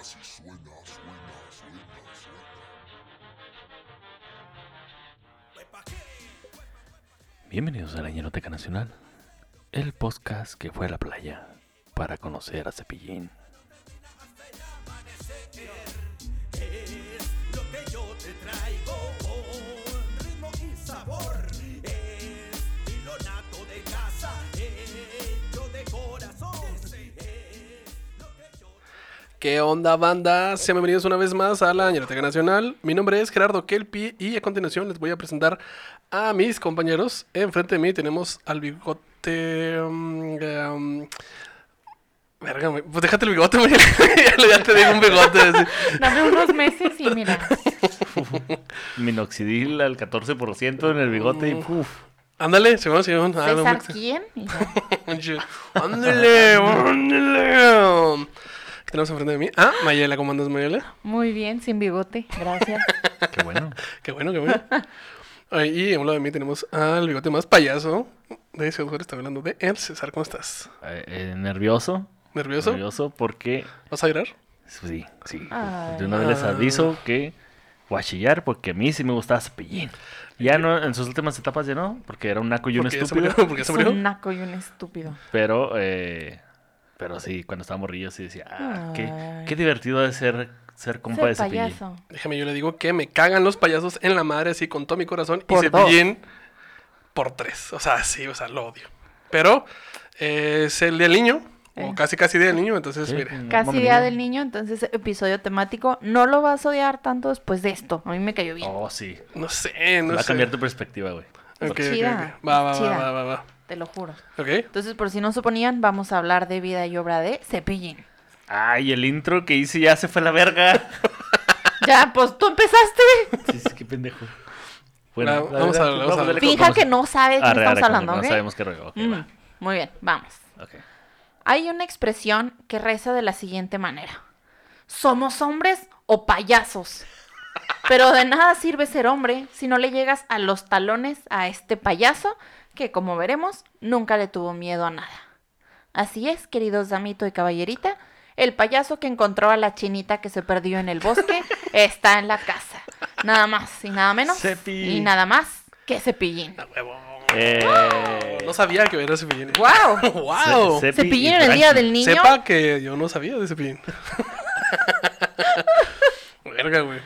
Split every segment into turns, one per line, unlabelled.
así suena, suena, suena, suena.
Bienvenidos a la Ñeroteca Nacional, el podcast que fue a la playa para conocer a Cepillín.
¿Qué onda, banda? Sean bienvenidos una vez más a la Ñeroteca Nacional. Mi nombre es Gerardo Kelpi y a continuación les voy a presentar a mis compañeros. Enfrente de mí tenemos al bigote. um, um, verga, güey. pues déjate el bigote, güey. ya te digo un bigote. así.
Dame unos meses y mira.
Minoxidil al 14% en el bigote y puf.
Ándale, Simón, Simón. Ah, no,
¿César
mix-
quién? Y ya.
Oye, Ándale, ándale. ¿Qué tenemos enfrente de mí? Ah, Mayela, ¿cómo andas, Mayela?
Muy bien, sin bigote. Gracias.
Qué bueno.
Qué bueno, qué bueno. Ay, y a un lado de mí tenemos al bigote más payaso de Ciudad Juárez. Está hablando de El César. ¿Cómo estás?
Eh, eh, nervioso.
¿Nervioso?
Nervioso porque
¿Vas a llorar?
sí, sí.
Ay. Ah.
De una vez les aviso que voy a chillar porque a mí sí me gustaba Cepillín. Ya no, en sus últimas etapas ya no, porque era un naco y un
¿Por qué se
estúpido.
murió? ¿Por qué
Es
se murió?
un naco y un estúpido.
Pero, eh, pero sí, cuando estaba morrillo sí decía, ah, qué,
Ay.
qué divertido de ser, ser compa
Ser
de Cepillín.
payaso.
Déjame, yo le digo que me cagan los payasos en la madre así con todo mi corazón.
Por
y
dos.
Cepillín por tres. O sea, sí, o sea, lo odio. Pero eh, es el día del niño, o
Eh.
casi casi día del niño, entonces
Sí,
mire.
no
Casi
mames,
día
no.
del niño, entonces episodio temático. No lo vas a odiar tanto después de esto. A mí me cayó bien.
Oh, sí.
No sé, no
Va a
sé.
cambiar tu perspectiva, güey.
Ok, ok, ok.
Chida,
Va, va, va,
chida.
va, va, va.
Te lo juro.
Ok.
Entonces, por si no suponían, vamos a hablar de vida y obra de Cepillín.
Ay, el intro que hice ya se fue a la verga.
Ya, pues tú empezaste.
Sí, sí, qué pendejo.
Va- vamos a- vamos a-
darle con-
Fija
vamos-
que no sabes de qué
Arre, arre,
estamos
con-
hablando,
No
¿ok?
sabemos qué rollo. Ok,
Mm,
va.
Muy bien, vamos.
Ok.
Hay una expresión que reza de la siguiente manera. ¿Somos hombres o payasos? Pero de nada sirve ser hombre si no le llegas a los talones a este payaso que, como veremos, nunca le tuvo miedo a nada. Así es, queridos damito y caballerita, el payaso que encontró a la chinita que se perdió en el bosque está en la casa. Nada más y nada menos.
Cepi.
Y nada más que cepillín.
A huevo.
Eh,
No sabía que era Cepillín.
¡Wow!
¡Wow!
Cepi
Cepillín
y
en el Día
Frankie.
del Niño.
Sepa que yo no sabía de Cepillín. Verga, güey.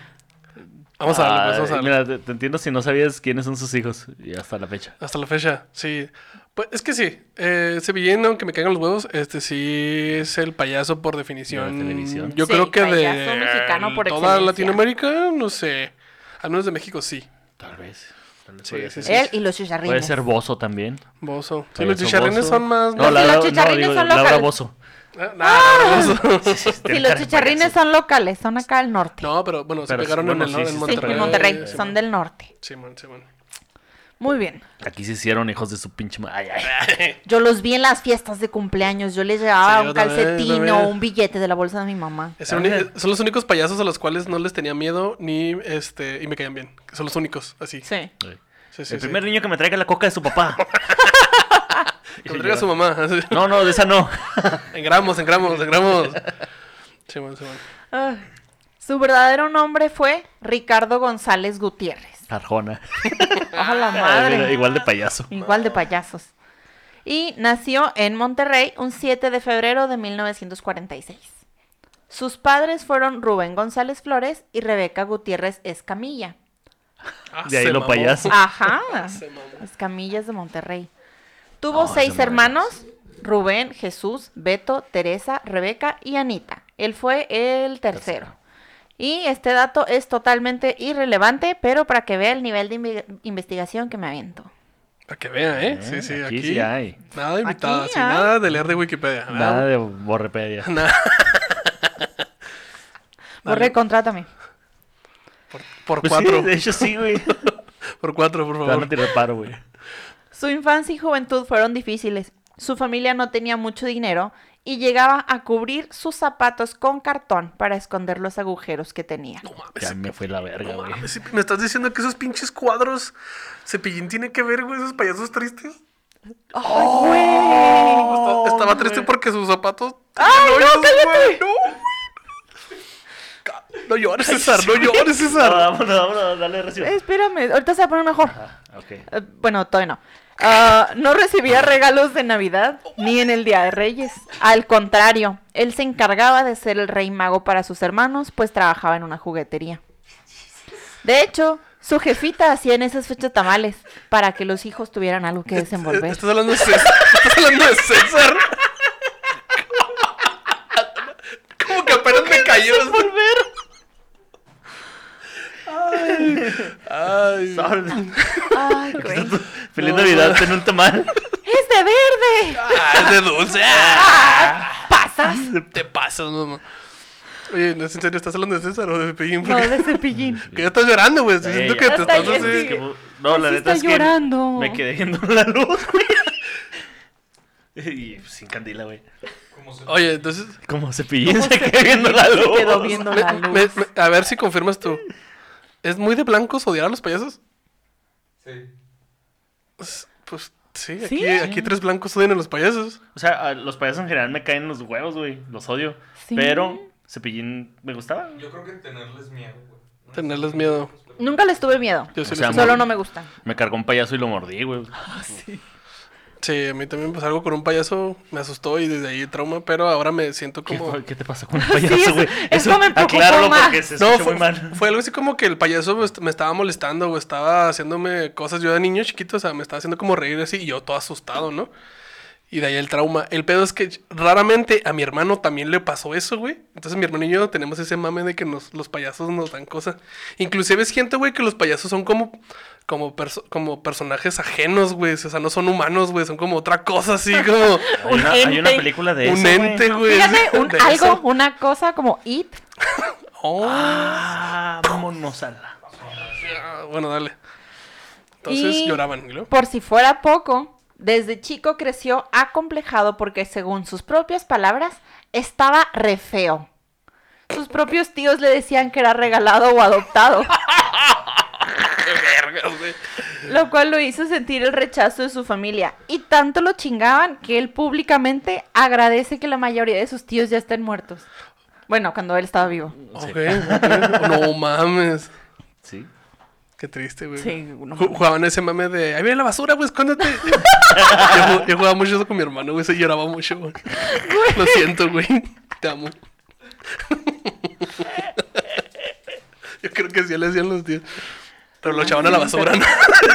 Vamos a darle, pues, vamos a
Ay,
darle.
Mira, te, te entiendo si no sabías quiénes son sus hijos. Y hasta la fecha.
Hasta la fecha, sí. Pues es que sí, eh, Sevillén, aunque me caigan los huevos, este sí es el payaso por definición.
De la televisión.
Yo
Sí,
creo que de
payaso mexicano por
toda
excelencia.
Latinoamérica, no sé. Al menos de México sí.
Tal vez. Tal vez
Sí,
podría
sí,
ser.
sí.
Él y los chicharrines.
Puede ser Bozo también.
Bozo. Sí,
Payaso
los chicharrines
Bozo.
son más.
No,
No,
la,
si los
no,
chicharrines
digo,
son
Laura
locales.
Bozo.
Ah, nah, Bozo.
Si los chicharrines son locales, son acá del norte.
No, pero bueno,
Pero
se
sí,
pegaron
bueno,
en, el,
sí,
en
sí, sí.
sí,
Monterrey.
en Monterrey,
Sí,
son
man.
del norte.
Sí, man, sí, man.
Muy bien.
Aquí se hicieron hijos de su pinche madre. Ay, ay.
Yo los vi en las fiestas de cumpleaños. Yo les llevaba
Sí, yo
un
también,
calcetín
también.
o un billete de la bolsa de mi mamá.
Es el uni- son los únicos payasos a los cuales no les tenía miedo ni este y me caían bien. Son los únicos, así.
Sí.
Sí, sí,
el
sí.
primer niño que me traiga la coca de su papá.
Que lo traiga su mamá. así.
No, no, de esa no.
En gramos, en gramos, en gramos. Simón, Simón.
Ah. Su verdadero nombre fue Ricardo González Gutiérrez.
Arjona.
¡A
Ah,
la
Mira,
madre!
Igual de payaso.
Igual de payasos. Y nació en Monterrey un 7 de febrero de 1946. Sus padres fueron Rubén González Flores y Rebeca Gutiérrez Escamilla.
Ah,
De ahí
se
lo
mamó.
payaso.
Ajá.
Ah, Se mamó.
Escamillas de Monterrey. Tuvo
Ah,
seis
ese
hermanos, Rubén, Jesús, Beto, Teresa, Rebeca y Anita. Él fue el tercero. Y este dato es totalmente irrelevante, pero para que vea el nivel de inve- investigación que me avento.
Para que vea, ¿eh? Sí,
Eh,
sí,
aquí
aquí.
sí hay.
Nada de invitadas,
Aquí
sí,
hay.
nada de leer de Wikipedia.
Nada de borrepedia.
Nada.
Borre, contrátame.
Por, por
Pues sí,
cuatro.
de hecho sí, güey. Te
Por cuatro, por
van a
favor.
tirar paro, güey.
Su infancia y juventud fueron difíciles. Su familia no tenía mucho dinero y llegaba a cubrir sus zapatos con cartón para esconder los agujeros que tenía.
No mames,
Ya me fue la verga,
no
güey.
mames, Cepi- Me estás diciendo que esos pinches cuadros Cepillín tiene que ver, güey, esos payasos tristes.
Oh.
Esta- estaba triste porque sus zapatos. ¡Ay, no, cállate! No llores, César, no llores,
No,
César.
vámonos, vámonos, dale recibo.
Eh, Espérame, ahorita se va a poner mejor.
Ok.
Eh, Bueno, todavía no. Ah, no recibía regalos de Navidad ni en el Día de Reyes. Al contrario, él se encargaba de ser el rey mago para sus hermanos, pues trabajaba en una juguetería. De hecho, su jefita hacía en esas fechas tamales para que los hijos tuvieran algo que
Eh,
desenvolver.
Estás hablando de César. Estás hablando de César. Como que apenas me cayó. Ay.
Sorry.
Ay, güey.
Feliz Navidad, ten un tamal.
¡Es de verde!
Ah, es de dulce. Ah,
¿Pasas?
te pasas, mamá. Oye, ¿no es en serio? ¿Estás hablando de César o de Pellín?
No,
Porque-
de cepillín.
Que ya estás llorando, güey. Estoy
Ey,
Siento que
ya
te
está,
estás
ya
así.
sí.
Es que, no, la
Sí
neta
está
es que
llorando.
me quedé viendo la luz, güey. Y pues, sin candila, güey.
Oye, entonces.
Como cepillín se quedó viendo la
Se
luz.
quedó viendo
me-
la luz.
me- me- a ver si confirmas tú. ¿Es muy de blancos odiar a los payasos?
Sí.
Pues pues, sí, aquí,
Sí.
aquí tres blancos odian a los payasos.
O sea, a los payasos en general me caen los huevos, güey. Los odio.
Sí.
Pero cepillín me gustaba.
Yo creo que tenerles miedo, güey. No
Tenerles
sé.
miedo.
Nunca les tuve miedo.
Yo sí
O
les
sea,
tengo-
Solo no me gustan.
Me cargó un payaso y lo mordí, güey.
Sí, a mí también pues algo con un payaso me asustó y desde ahí trauma, pero ahora me siento
¿Qué,
como...
fue- qué te pasó con el
Sí,
payaso,
eso-
güey?
eso me preocupó
acláralo
más.
porque se escuchó
No, fue,
muy mal.
fue algo así como que el payaso pues, me estaba molestando o estaba haciéndome cosas yo de niño chiquito, o sea, me estaba haciendo como reír así y yo todo asustado, ¿no? Y de ahí el trauma. El pedo es que raramente a mi hermano también le pasó eso, güey. Entonces mi hermano y yo tenemos ese mame de que nos, los payasos nos dan cosas. Inclusive es gente, güey, que los payasos son como, como, perso- como personajes ajenos, güey. O sea, no son humanos, güey. Son como otra cosa así, como
Hay una, hay una
ente.
película de
un
eso, güey.
ente, güey.
Fíjate, un,
Pues, De eso.
algo, una cosa como it.
Oh.
Ah, vámonos a la...
Ah, Bueno, dale. Entonces
Y-
lloraban, ¿y luego?
Por si fuera poco, desde chico creció acomplejado porque, según sus propias palabras, estaba re feo. Sus propios tíos le decían que era regalado o adoptado, lo cual lo hizo sentir el rechazo de su familia. Y tanto lo chingaban que él públicamente agradece que la mayoría de sus tíos ya estén muertos. Bueno, cuando él estaba vivo.
Ok, ok. No mames.
Sí.
Qué triste, güey.
Sí, no
Ju- Jugaban ese mame de, ahí viene la basura, pues, güey, escóndete. yo, ju- yo jugaba mucho eso con mi hermano, güey, se lloraba mucho, güey. Lo siento, güey. Te amo. yo creo que sí le hacían los tíos. Pero lo echaban a la basura, ¿no?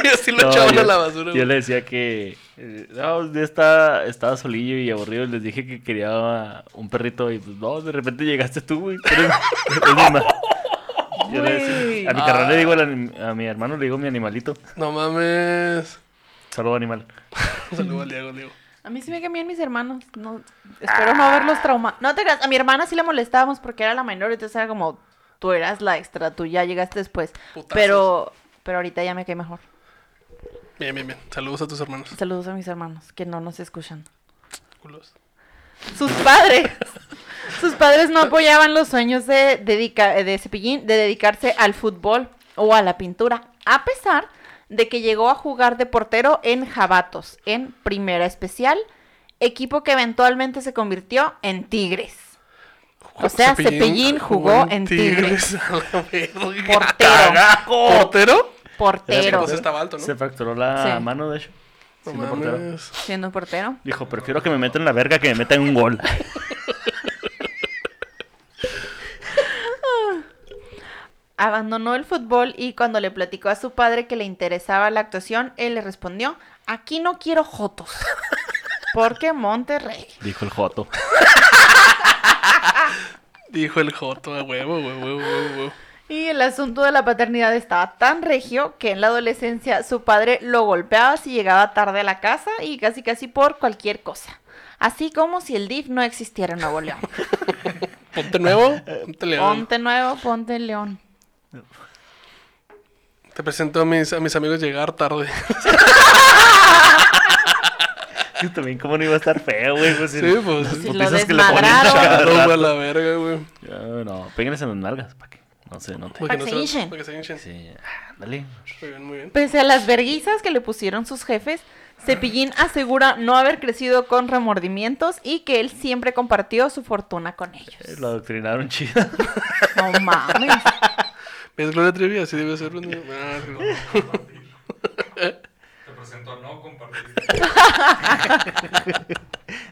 Y así lo
No,
echaban
yo-
a la basura,
Yo
güey.
le decía que. eh, no, un día estaba, estaba solillo y aburrido. y Les dije que quería un perrito. Y pues, no, de repente llegaste tú, güey. tú eres- eres mi ma- Yo le decía- a mi carnal le digo,
Ah.
al anim- a mi hermano le digo mi animalito.
No mames.
Saludo animal.
Un saludo al Diego, Diego.
A mí sí me cambian mis hermanos. No, espero no haberlos traumado. No te creas, a mi hermana sí la molestábamos porque era la menor, entonces era como, tú eras la extra, tú ya llegaste después.
Putazos.
Pero pero ahorita ya me cae mejor.
Bien, bien, bien. Saludos a tus hermanos.
Saludos a mis hermanos que no nos escuchan.
Culos.
Sus padres. Sus padres no apoyaban los sueños de, dedica- de Cepillín de dedicarse al fútbol o a la pintura, a pesar de que llegó a jugar de portero en Jabatos, en Primera Especial, equipo que eventualmente se convirtió en Tigres. O sea, Cepillín jugó en Tigres.
A la verga.
Portero,
¿Portero?
portero,
Entonces pues, estaba alto, ¿no?
Se fracturó la
Sí.
mano, de hecho.
No
siendo portero.
mames.
siendo portero.
Dijo, prefiero que me metan en la verga que me metan un gol.
Abandonó el fútbol y cuando le platicó a su padre que le interesaba la actuación, él le respondió, aquí no quiero jotos, porque Monterrey.
Dijo el Joto.
Dijo el Joto, a huevo, huevo, huevo, huevo.
Y el asunto de la paternidad estaba tan regio que en la adolescencia su padre lo golpeaba si llegaba tarde a la casa y casi casi por cualquier cosa. Así como si el DIF no existiera en Nuevo León.
Ponte nuevo, ponte león.
Ponte nuevo, ponte león.
Te presento a mis, a mis amigos llegar tarde.
Y también, ¿cómo no iba a estar feo, güey? Pues,
Sí, pues.
las
Si lo
putizas que le ponen
desmadraron.
a cada
No,
rato.
a la verga, güey.
Ah, no, péguenles en las nalgas para que no se note.
Para que no
se
se-
hinchen.
Para que se hinchen.
Sí, ah, dale.
Muy bien, muy bien.
Pese a las verguizas que le pusieron sus jefes, Cepillín asegura no haber crecido con remordimientos y que él siempre compartió su fortuna con
Eh,
ellos.
Lo adoctrinaron chida.
No mames.
¿Ves Gloria Trevi? Así debe ser. ¿no? Ah, no.
Te presento a no compartir.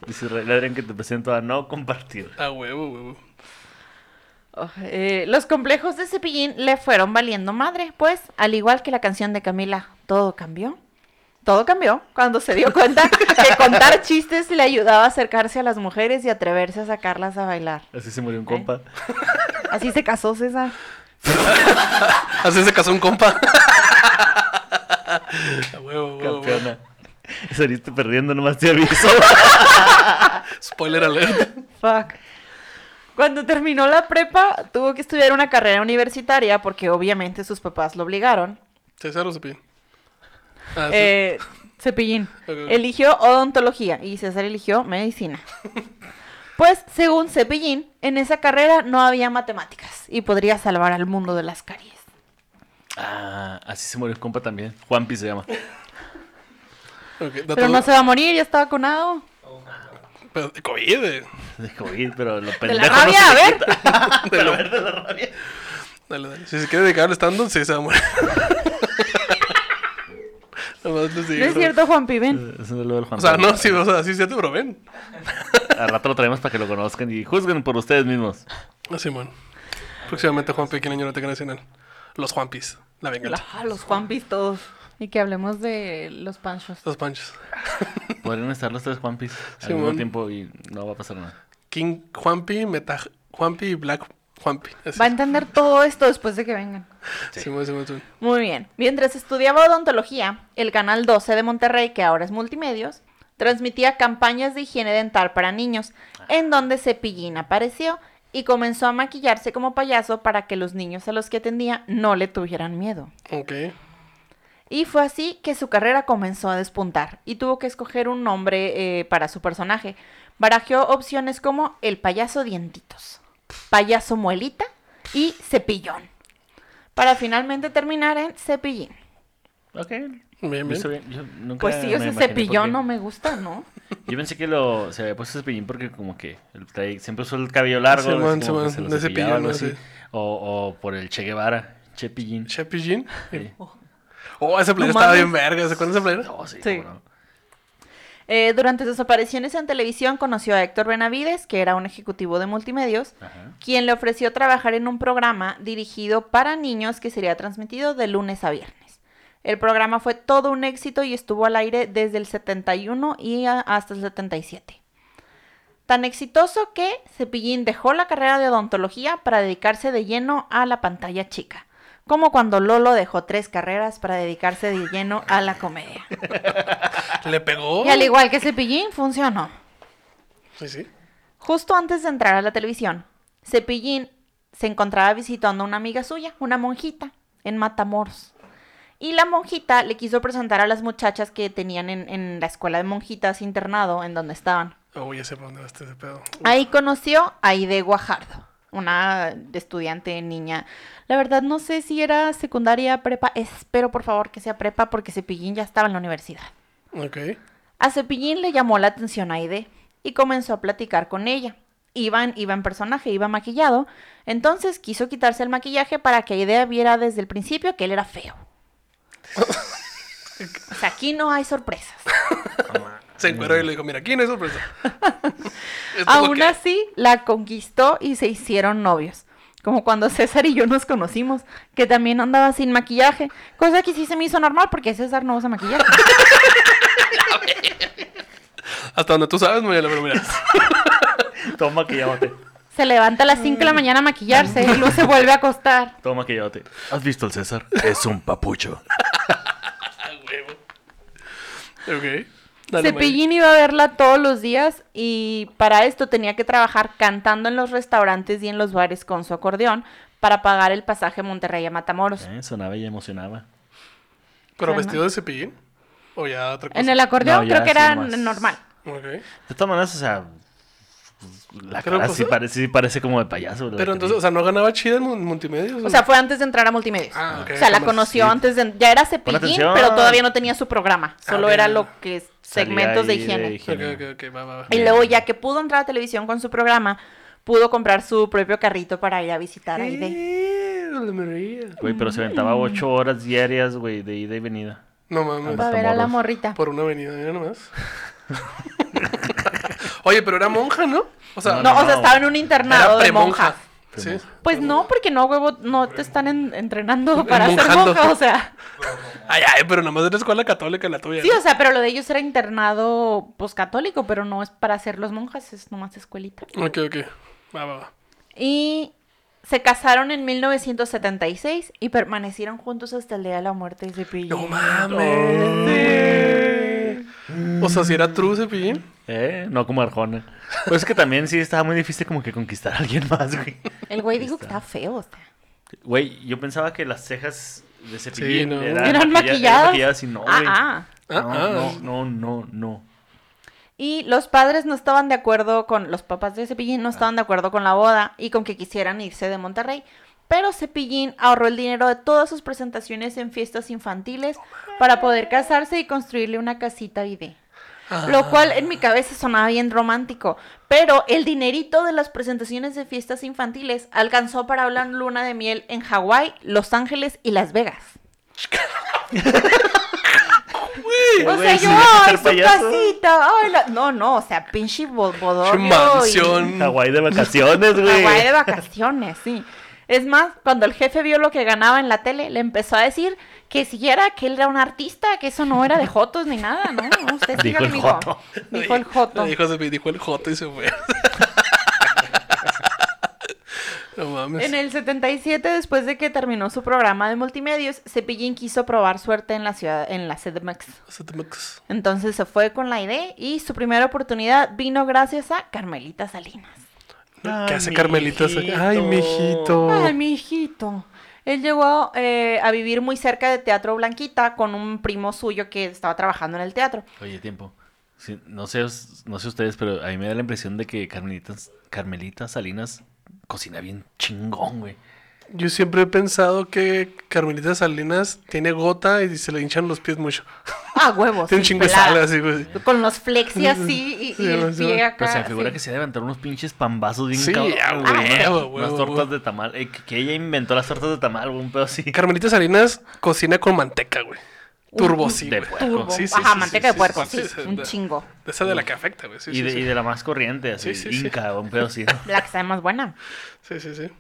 Dice Israel Adrián que te presento a no compartir.
Ah, huevo, huevo.
Oh, eh, los complejos de Cepillín le fueron valiendo madre, pues, al igual que la canción de Camila, todo cambió. Todo cambió cuando se dio cuenta que contar chistes le ayudaba a acercarse a las mujeres y atreverse a sacarlas a bailar.
Así se
¿Eh?
murió un compa.
Así se casó César.
Así se casó un compa. Ah, huevo, huevo, huevo.
Campeona. Saliste perdiendo, nomás te aviso.
Spoiler alert.
Fuck. Cuando terminó la prepa, tuvo que estudiar una carrera universitaria porque obviamente sus papás lo obligaron.
César o Cepillín. Ah, sí.
Eh, Cepillín.
Ok.
Eligió odontología y César eligió medicina. Pues, según Cepillín, en esa carrera no había matemáticas y podría salvar al mundo de las caries.
Ah, así se murió un compa también. Juanpi se llama.
Ok, dato-
Pero no se va a morir, ya estaba conado.
pero- COVID. eh.
De COVID, pero lo
De
pendejo.
la
no
rabia,
se
a
le
ver.
quita.
De lo-
De la rabia.
Dale, dale. Si se quiere dedicar al stand-up, sí se va a morir. Nomás les digo.
No es cierto, Juan Piven.
Es un saludo al
O
Juanpi.
sea, no, sí, o sea, sí es cierto, pero ven.
Al rato lo traemos para que lo conozcan y juzguen por ustedes mismos.
Ah, Simón. Próximamente Juanpi aquí en Añorotec Nacional. Los Juanpis. La venganza.
Ah, los Juanpis todos. Y que hablemos de los panchos.
Los Panchos.
Podrían estar los tres Juanpis al
Simón.
mismo tiempo y no va a pasar nada.
King Juanpi, Meta Juanpi y Black Juanpi. Así.
Va a entender todo esto después de que vengan.
Simón, Simón, Simón.
Muy bien. Mientras estudiaba odontología, el Canal 12 de Monterrey, que ahora es multimedios, transmitía campañas de higiene dental para niños, en donde Cepillín apareció y comenzó a maquillarse como payaso para que los niños a los que atendía no le tuvieran miedo.
Ok.
Y fue así que su carrera comenzó a despuntar y tuvo que escoger un nombre eh, para su personaje. Barajeó opciones como el payaso dientitos, payaso muelita y cepillón. Para finalmente terminar en cepillín.
Ok.
Bien,
Me hizo
bien.
bien. Yo nunca
Pues sí,
me
ese
imaginé
cepillón
por qué.
no me gusta, ¿no?
Yo pensé que lo, se había puesto cepillín porque como que el- trae- siempre usó el cabello largo.
Simón,
así como que
Simón,
se lo
de
cepillaba,
cepillón,
algo así.
sí.
O, o por el Che Guevara. Chepillín.
Chappy Jean.
Sí.
Oh, ese player
No
estaba
mames.
bien verga. ¿Se acuerdan de ese player?
No, sí,
Sí.
cómo no.
Eh, durante sus apariciones en televisión conoció a Héctor Benavides, que era un ejecutivo de multimedios,
Ajá.
quien le ofreció trabajar en un programa dirigido para niños que sería transmitido de lunes a viernes. El programa fue todo un éxito y estuvo al aire desde el 71 y a- hasta el 77. Tan exitoso que Cepillín dejó la carrera de odontología para dedicarse de lleno a la pantalla chica, como cuando Lolo dejó tres carreras para dedicarse de lleno a la comedia.
Le pegó.
Y al igual que Cepillín, funcionó.
Sí, sí.
Justo antes de entrar a la televisión, Cepillín se encontraba visitando a una amiga suya, una monjita, en Matamoros. Y la monjita le quiso presentar a las muchachas que tenían en, en la escuela de monjitas internado en donde estaban.
Oh, ya sé para dónde va este pedo.
Ahí conoció a Aide Guajardo, una estudiante niña. La verdad no sé si era secundaria, prepa, espero por favor que sea prepa porque Cepillín ya estaba en la universidad.
Ok.
A Cepillín le llamó la atención Aide y comenzó a platicar con ella. Iván iba en personaje, iba maquillado, entonces quiso quitarse el maquillaje para que Aide viera desde el principio que él era feo. O sea, aquí no hay sorpresas.
Se encueró y le dijo, mira, aquí no hay sorpresa. Esto es lo
Aún
que-
así, la conquistó y se hicieron novios. Como cuando César y yo nos conocimos, que también andaba sin maquillaje. Cosa que sí se me hizo normal porque César no usa maquillaje.
Hasta donde tú sabes, Mariela, pero mira.
Toma que llévate.
Se levanta a las 5 de la mañana a maquillarse y luego se vuelve a acostar.
Toma que llévate. ¿Has visto al César? Es un papucho.
Ok. Mayra.
Cepillín iba a verla todos los días y para esto tenía que trabajar cantando en los restaurantes y en los bares con su acordeón para pagar el pasaje Monterrey a Matamoros.
Eh, Sonaba y emocionaba.
¿Pero
Bueno.
vestido de cepillín? ¿O ya otra cosa?
En el
No,
acordeón
ya
creo que
sí,
era
nomás.
normal.
Ok.
De todas maneras, o sea, La
Creo
cara
que
sí
sí.
parece, sí parece como de payaso. la
pues, Pero
cara.
entonces, o sea, no ganaba chida en mun- multimedia.
O sea, fue antes de entrar a multimedia.
Mm. Ah, ok,
o sea, la
cámara.
conoció
Sí.
antes de... Ya era cepillín,
atención.
pero todavía no tenía su programa. Solo
Ah,
era
bien.
lo que es
Salía
segmentos de
ahí
higiene.
Ok, ok, ok, va, va, va.
Y luego ya que pudo entrar a televisión con su programa, pudo comprar su propio carrito para ir a visitar a Aide.
Eh, la maravilla.
Güey, pero se aventaba ocho horas diarias, güey, de ida y venida.
No mames.
Para ver a la
Matamoros.
morrita.
Por una avenida, mira nomás. Oye, pero era monja, ¿no? O sea,
No, o sea,
no.
estaba en un internado de monjas.
Sí.
Pues no, porque no, huevo, no te están en- entrenando para ser
Monjando.
monja, o sea.
Ay, ay, pero nomás era escuela católica la tuya.
Sí,
¿no?
o sea, pero lo de ellos era internado pues católico, pero no es para ser los monjas, es nomás escuelita.
Ok, ok. Va, va, va.
Y se casaron en 1976 y permanecieron juntos hasta el día de la muerte de Cepillín.
No mames. Oh. O sea, si era true, cepillín.
Eh, no como Arjona. Pues es que también sí estaba muy difícil como que conquistar a alguien más, güey.
El güey dijo que estaba feo, o sea.
Güey, yo pensaba que las cejas de
Sí,
cepillín
no.
Eran
maquilla-
maquilladas.
maquilladas y no,
Ah,
güey.
ah.
Ah,
No,
ah.
no, no, no, no.
Y los padres no estaban de acuerdo con, los papás de Cepillín
Ah.
no estaban de acuerdo con la boda y con que quisieran irse de Monterrey. Pero Cepillín ahorró el dinero de todas sus presentaciones en fiestas infantiles para poder casarse y construirle una casita vide.
Ah.
Lo cual en mi cabeza sonaba bien romántico. Pero el dinerito de las presentaciones de fiestas infantiles alcanzó para una luna de miel en Hawái, Los Ángeles y Las Vegas. O sea,
Güey, si
yo,
vas a
ay,
ser
su
payaso.
casita, ay, la- no, no, o sea, pinche bo-
Che,
bodorrio y
mansión.
Hawái de vacaciones, güey.
Hawái de vacaciones, sí. Es más, cuando el jefe vio lo que ganaba en la tele, le empezó a decir que siguiera que él era un artista, que eso no era de jotos ni nada, ¿no? No, Usted
Dijo
sígale,
el
mijo.
joto.
Dijo el joto.
Dijo, Cepillín, dijo el joto y se fue. no mames.
En el 77, después de que terminó su programa de multimedios, Cepillín quiso probar suerte en la ciudad, en la CDMX.
Zetmex.
Entonces se fue con la idea y su primera oportunidad vino gracias a Carmelita Salinas.
¿Qué hace
Ay,
Carmelita? Ay, mijito.
mijito.
Ay, mi hijito. Él llegó eh, a vivir muy cerca de Teatro Blanquita con un primo suyo que estaba trabajando en el teatro.
Oye, tiempo. Sí, no, sé, us- no sé ustedes, pero a mí me da la impresión de que Carmelita, Carmelita Salinas cocina bien chingón, güey.
Yo siempre he pensado que Carmelita Salinas tiene gota y se le hinchan los pies mucho.
Ah, huevos.
tiene un
sí,
chingo de
pelada.
sal así, güey.
Con los flexi así y- y,
Sí,
el
sí,
pie
sí.
acá.
Pero se me figura
sí.
que se ha de levantar unos pinches pambazos bien
Sí,
cabrón,
a
güey. Unas,
huevo,
unas
huevo,
tortas
huevo.
de tamal. Eh, que, que ella inventó las tortas de tamal, güey, un pedo así.
Carmelita Salinas cocina con manteca, güey.
Uh,
Turbo, sí,
de
güey.
puerco.
Turbo.
Sí, sí,
Ajá,
sí,
manteca
sí,
de puerco,
sí,
sí.
sí, sí,
un
sí.
chingo.
De esa de la que afecta, güey. Sí,
y, de,
sí,
y
sí.
de la más corriente, así.
Sí, sí, sí.
Inca, un pedo así. ¿no?
La que sabe más buena.
Sí, sí, sí.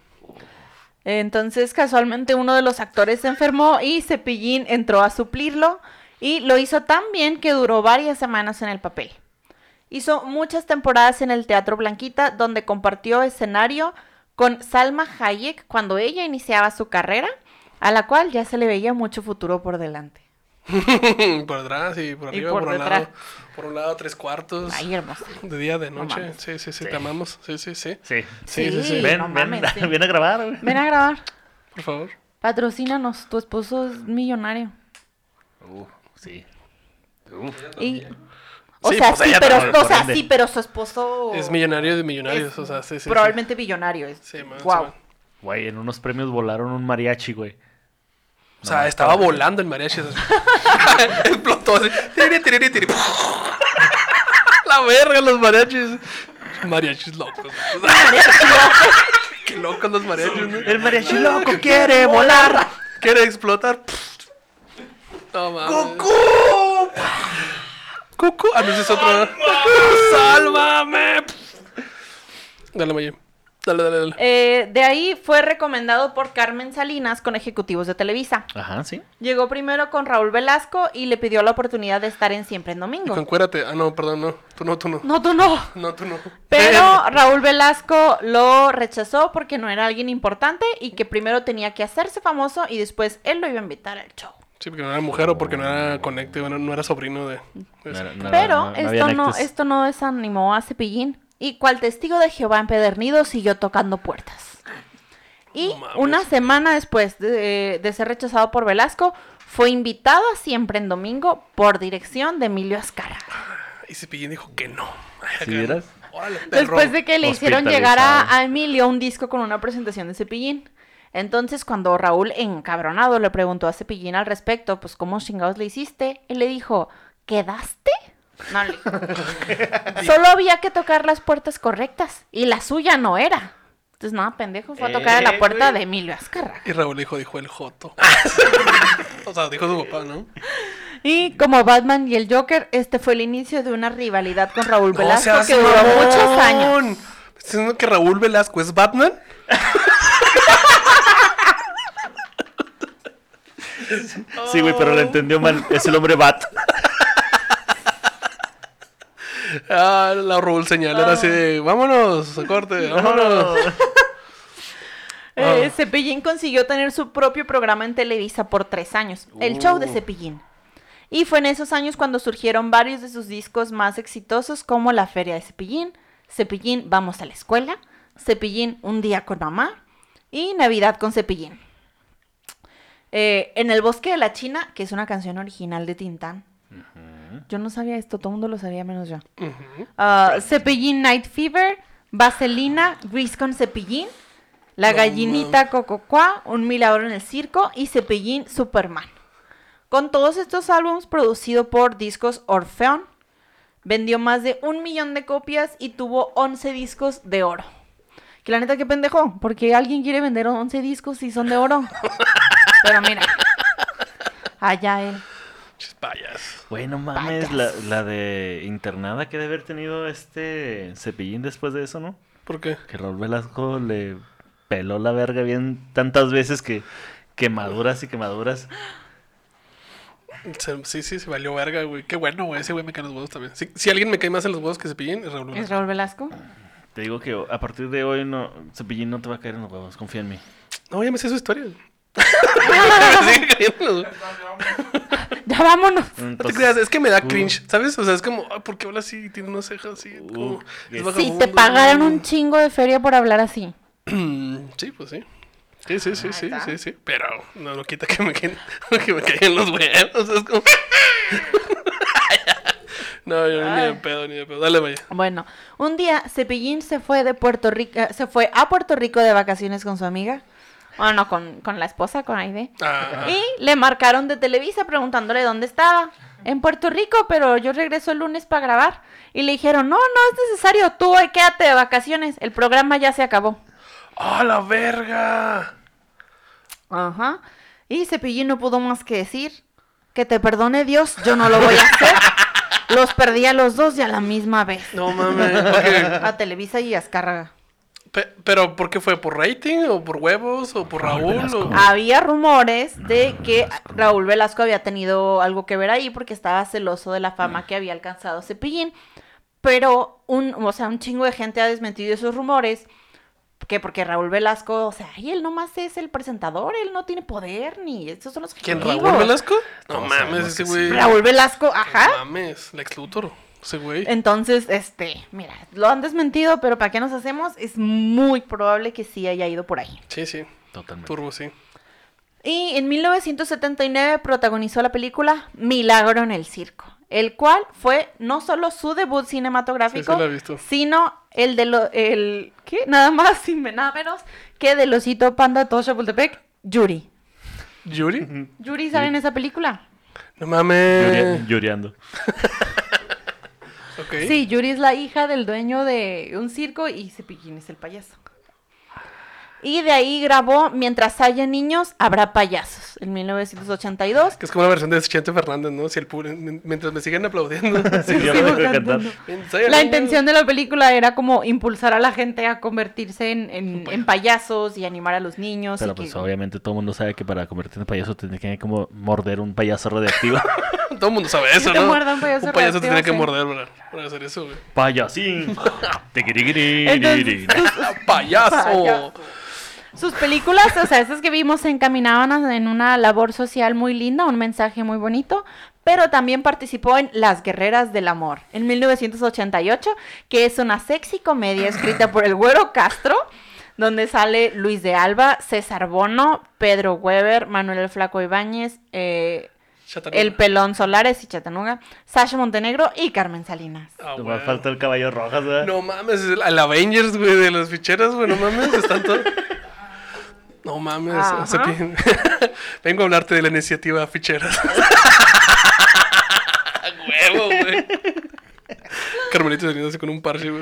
Entonces, casualmente, uno de los actores se enfermó y Cepillín entró a suplirlo y lo hizo tan bien que duró varias semanas en el papel. Hizo muchas temporadas en el Teatro Blanquita, donde compartió escenario con Salma Hayek cuando ella iniciaba su carrera, a la cual ya se le veía mucho futuro por delante.
por atrás y por
Y
arriba, por,
por
un
detrás.
lado. Por un lado, tres cuartos.
Ay, hermosa.
De día, de noche.
mames.
sí, sí, sí,
Sí.
Te amamos. Sí, sí, sí.
Sí.
Sí, sí, sí.
Sí.
Ven,
no
ven,
mames, sí.
ven a grabar, güey.
Ven a grabar.
Por favor.
Patrocínanos, tu esposo es millonario.
Uh, sí. Uf.
Y... O
Sí,
sea,
pues
sí,
ella
pero,
también,
o sea,
por ende.
sí, pero su esposo
Es millonario de millonarios. o sea, sí, sí.
Oh. probablemente billonario. Es...
Sí, man,
wow.
sí, man.
Güey, en unos premios volaron un mariachi, güey.
O sea, estaba volando el mariachi. así. Explotó así. Tiri, tiri, tiri. La verga, los mariachis. Mariachis locos. Qué locos los mariachis, ¿no?
El mariachi loco quiere volar.
Quiere explotar. No mames.
¡Cucú!
Cucu. Ah, no, ese es otro. ¡Sálvame! Dale, Maye. Dale, dale, dale.
Eh, de ahí fue recomendado por Carmen Salinas con ejecutivos de Televisa.
Ajá, sí.
Llegó primero con Raúl Velasco y le pidió la oportunidad de estar en Siempre en
Y
Domingo.
concuérate. Ah, no, perdón, no. Tú no, tú no.
No, tú no.
No, tú no.
Pero Raúl Velasco lo rechazó porque no era alguien importante y que primero tenía que hacerse famoso y después él lo iba a invitar al show.
Sí, porque no era mujer o porque no era conecte, bueno, no era sobrino de. de-
No era- no era-
Pero
no- no había
esto, no,
nectes.
esto no desanimó a Cepillín y cual testigo de Jehová empedernido siguió tocando puertas. Y
No mames.
una semana después de, de ser rechazado por Velasco, fue invitado a Siempre en Domingo por dirección de Emilio Azcárraga.
Y Cepillín dijo que no. Ay,
Si
acá.
vieras,
Órale, perro.
Después de que le hicieron llegar a,
Hospitalizado.
a Emilio un disco con una presentación de Cepillín. Entonces, cuando Raúl, encabronado, le preguntó a Cepillín al respecto, pues, ¿cómo chingados le hiciste? Él le dijo, ¿quedaste? No, le dijo. Solo había que tocar las puertas correctas, y la suya no era. Entonces, nada, pendejo, fue a tocar a
Eh,
la puerta
güey.
de Emilio Azcárraga.
Y Raúl dijo, dijo el Joto. o sea, dijo su papá, ¿no?
Y como Batman y el Joker, este fue el inicio de una rivalidad con Raúl
No
Velasco
seas
que duró
mamón.
muchos años.
¿Me ¿Estás diciendo que Raúl Velasco es Batman?
Sí, güey, pero lo entendió mal. Es el hombre Bat.
Ah, la Raúl señal, ahora sí de, vámonos, a corte, vámonos.
Eh, Cepillín consiguió tener su propio programa en Televisa por tres años, el show de
Uh.
Cepillín. Y fue en esos años cuando surgieron varios de sus discos más exitosos como La Feria de Cepillín, Cepillín Vamos a la Escuela, Cepillín Un Día con Mamá y Navidad con Cepillín. Eh, en el Bosque de la China, que es una canción original de Tintán. Yo no sabía esto, todo el mundo lo sabía menos yo. Ah, cepillín Night Fever, Vaselina, Gris con Cepillín, La
No
Gallinita Cococuá, Un Milagro en el Circo y Cepillín Superman. Con todos estos álbumes producido por Discos Orfeón, vendió más de un millón de copias y tuvo 11 discos de oro. Que la neta, qué pendejo, porque alguien quiere vender 11 discos y son de oro. Pero mira, allá él.
Chis, Payas.
Güey, no mames. La, la de internada que debe haber tenido este Cepillín después de eso, ¿no?
¿Por qué?
Que Raúl Velasco le peló la verga bien tantas veces que quemaduras y quemaduras.
Se- sí, sí, se valió verga, güey. Qué bueno, güey. Ese güey me cae en los huevos también. Si, si alguien me cae más en los huevos que se pillen, es Raúl
¿Es
Velasco.
Raúl Velasco?
Te digo que a partir de hoy no, Cepillín no te va a caer en los huevos, confía en mí.
No, ya me sé su historia. Me sigue cayendo en los huevos.
Ya vámonos.
No te
Entonces,
creas, es que me da
tú-
cringe, ¿sabes? O sea, es como, ah, ¿por qué habla así? Tiene unas cejas así. como,
Uh,
es
sí,
Si
vagabundo,
te pagaran
¿no?
un chingo de feria por hablar así.
Sí, pues sí. Sí, sí, sí, sí,
Ah, está.
sí, sí. Pero no lo quita que me, que, que me caigan los huevos. Es como. no, yo ni de pedo, ni de pedo. Dale, vaya.
Bueno, un día Cepillín se fue de Puerto Rico, se fue a Puerto Rico de vacaciones con su amiga. Bueno, no, con, con la esposa, con Aide.
Ah,
Y le marcaron de Televisa preguntándole dónde estaba. En Puerto Rico, pero yo regreso el lunes para grabar. Y le dijeron, no, no es necesario, tú hoy quédate de vacaciones, el programa ya se acabó.
¡Ah, la verga!
Ajá. Y Cepillín no pudo más que decir, que te perdone Dios, yo no lo voy a hacer. Los perdí a los dos y a la misma vez.
No mames. ok.
A Televisa y a Azcárraga.
Pe- ¿Pero por qué fue? ¿Por rating? ¿O por huevos? ¿O por Raúl?
Velasco.
O...
Había rumores de que Raúl Velasco había tenido algo que ver ahí porque estaba celoso de la fama que había alcanzado Cepillín. Pero un, o sea, un chingo de gente ha desmentido esos rumores. Que porque Raúl Velasco, o sea, ay, él nomás es el presentador, él no tiene poder, ni estos son los
¿Quién?
ejecutivos.
¿Raúl Velasco? No
Todos
mames,
sabemos
ese
que
güey.
sí.
Raúl Velasco,
No
ajá.
mames, Lex Luthor. Ese güey.
Entonces, este, mira, lo han desmentido, pero ¿para qué nos hacemos? Es muy probable que sí haya ido por ahí.
Sí, sí.
totalmente.
Turbo, sí.
Y en 1979 protagonizó la película Milagro en el Circo, el cual fue no solo su debut cinematográfico,
Sí, sí la he visto.
sino el de lo, el ¿qué? nada más y nada menos que del osito panda de todo Chapultepec, Yuri.
¿Yuri?
Yuri sale en esa película.
No mames. Eh.
Lloria- lloreando.
Ok.
Sí, Yuri es la hija del dueño de un circo y Cepillín es el payaso. Y de ahí grabó Mientras haya niños, habrá payasos, en 1982.
Que es como una versión de Chente Fernández, ¿no? Si el público, mientras me siguen aplaudiendo.
Sí, yo
sí,
no dejo
porque-
de cantar.
La intención de la película era como impulsar a la gente a convertirse en, en- en payasos y animar a los niños.
Pero
y
pues
que-
obviamente todo el mundo sabe que para convertirte en payaso tienes que como morder un payaso radioactivo.
Todo el mundo sabe eso,
te
¿no?
muerda un payaso
payaso te tiene que
reactivo,
morder para, para hacer eso, güey.
¡Payasín!
Entonces,
Tiquiriquiri.
sus,
¡Payaso!
Payaso. sus películas, o sea, esas que vimos, se encaminaban a- en una labor social muy linda, un mensaje muy bonito. Pero también participó en Las Guerreras del Amor, en 1988, que es una sexy comedia escrita por el Güero Castro, donde sale Luis de Alba, César Bono, Pedro Weber, Manuel el Flaco Ibáñez, eh,
Chatanuga.
El Pelón Solares y Chatanuga, Sasha Montenegro y Carmen Salinas.
Ah,
Te
güey.
va a faltar el caballo rojas, ¿verdad?
No mames, el, el Avengers, güey, de las ficheras, güey, no mames, están todos. No mames,
Ajá.
hace pin- vengo a hablarte de la iniciativa ficheras. Huevo, güey. Carmelito saliendo así con un parche, güey.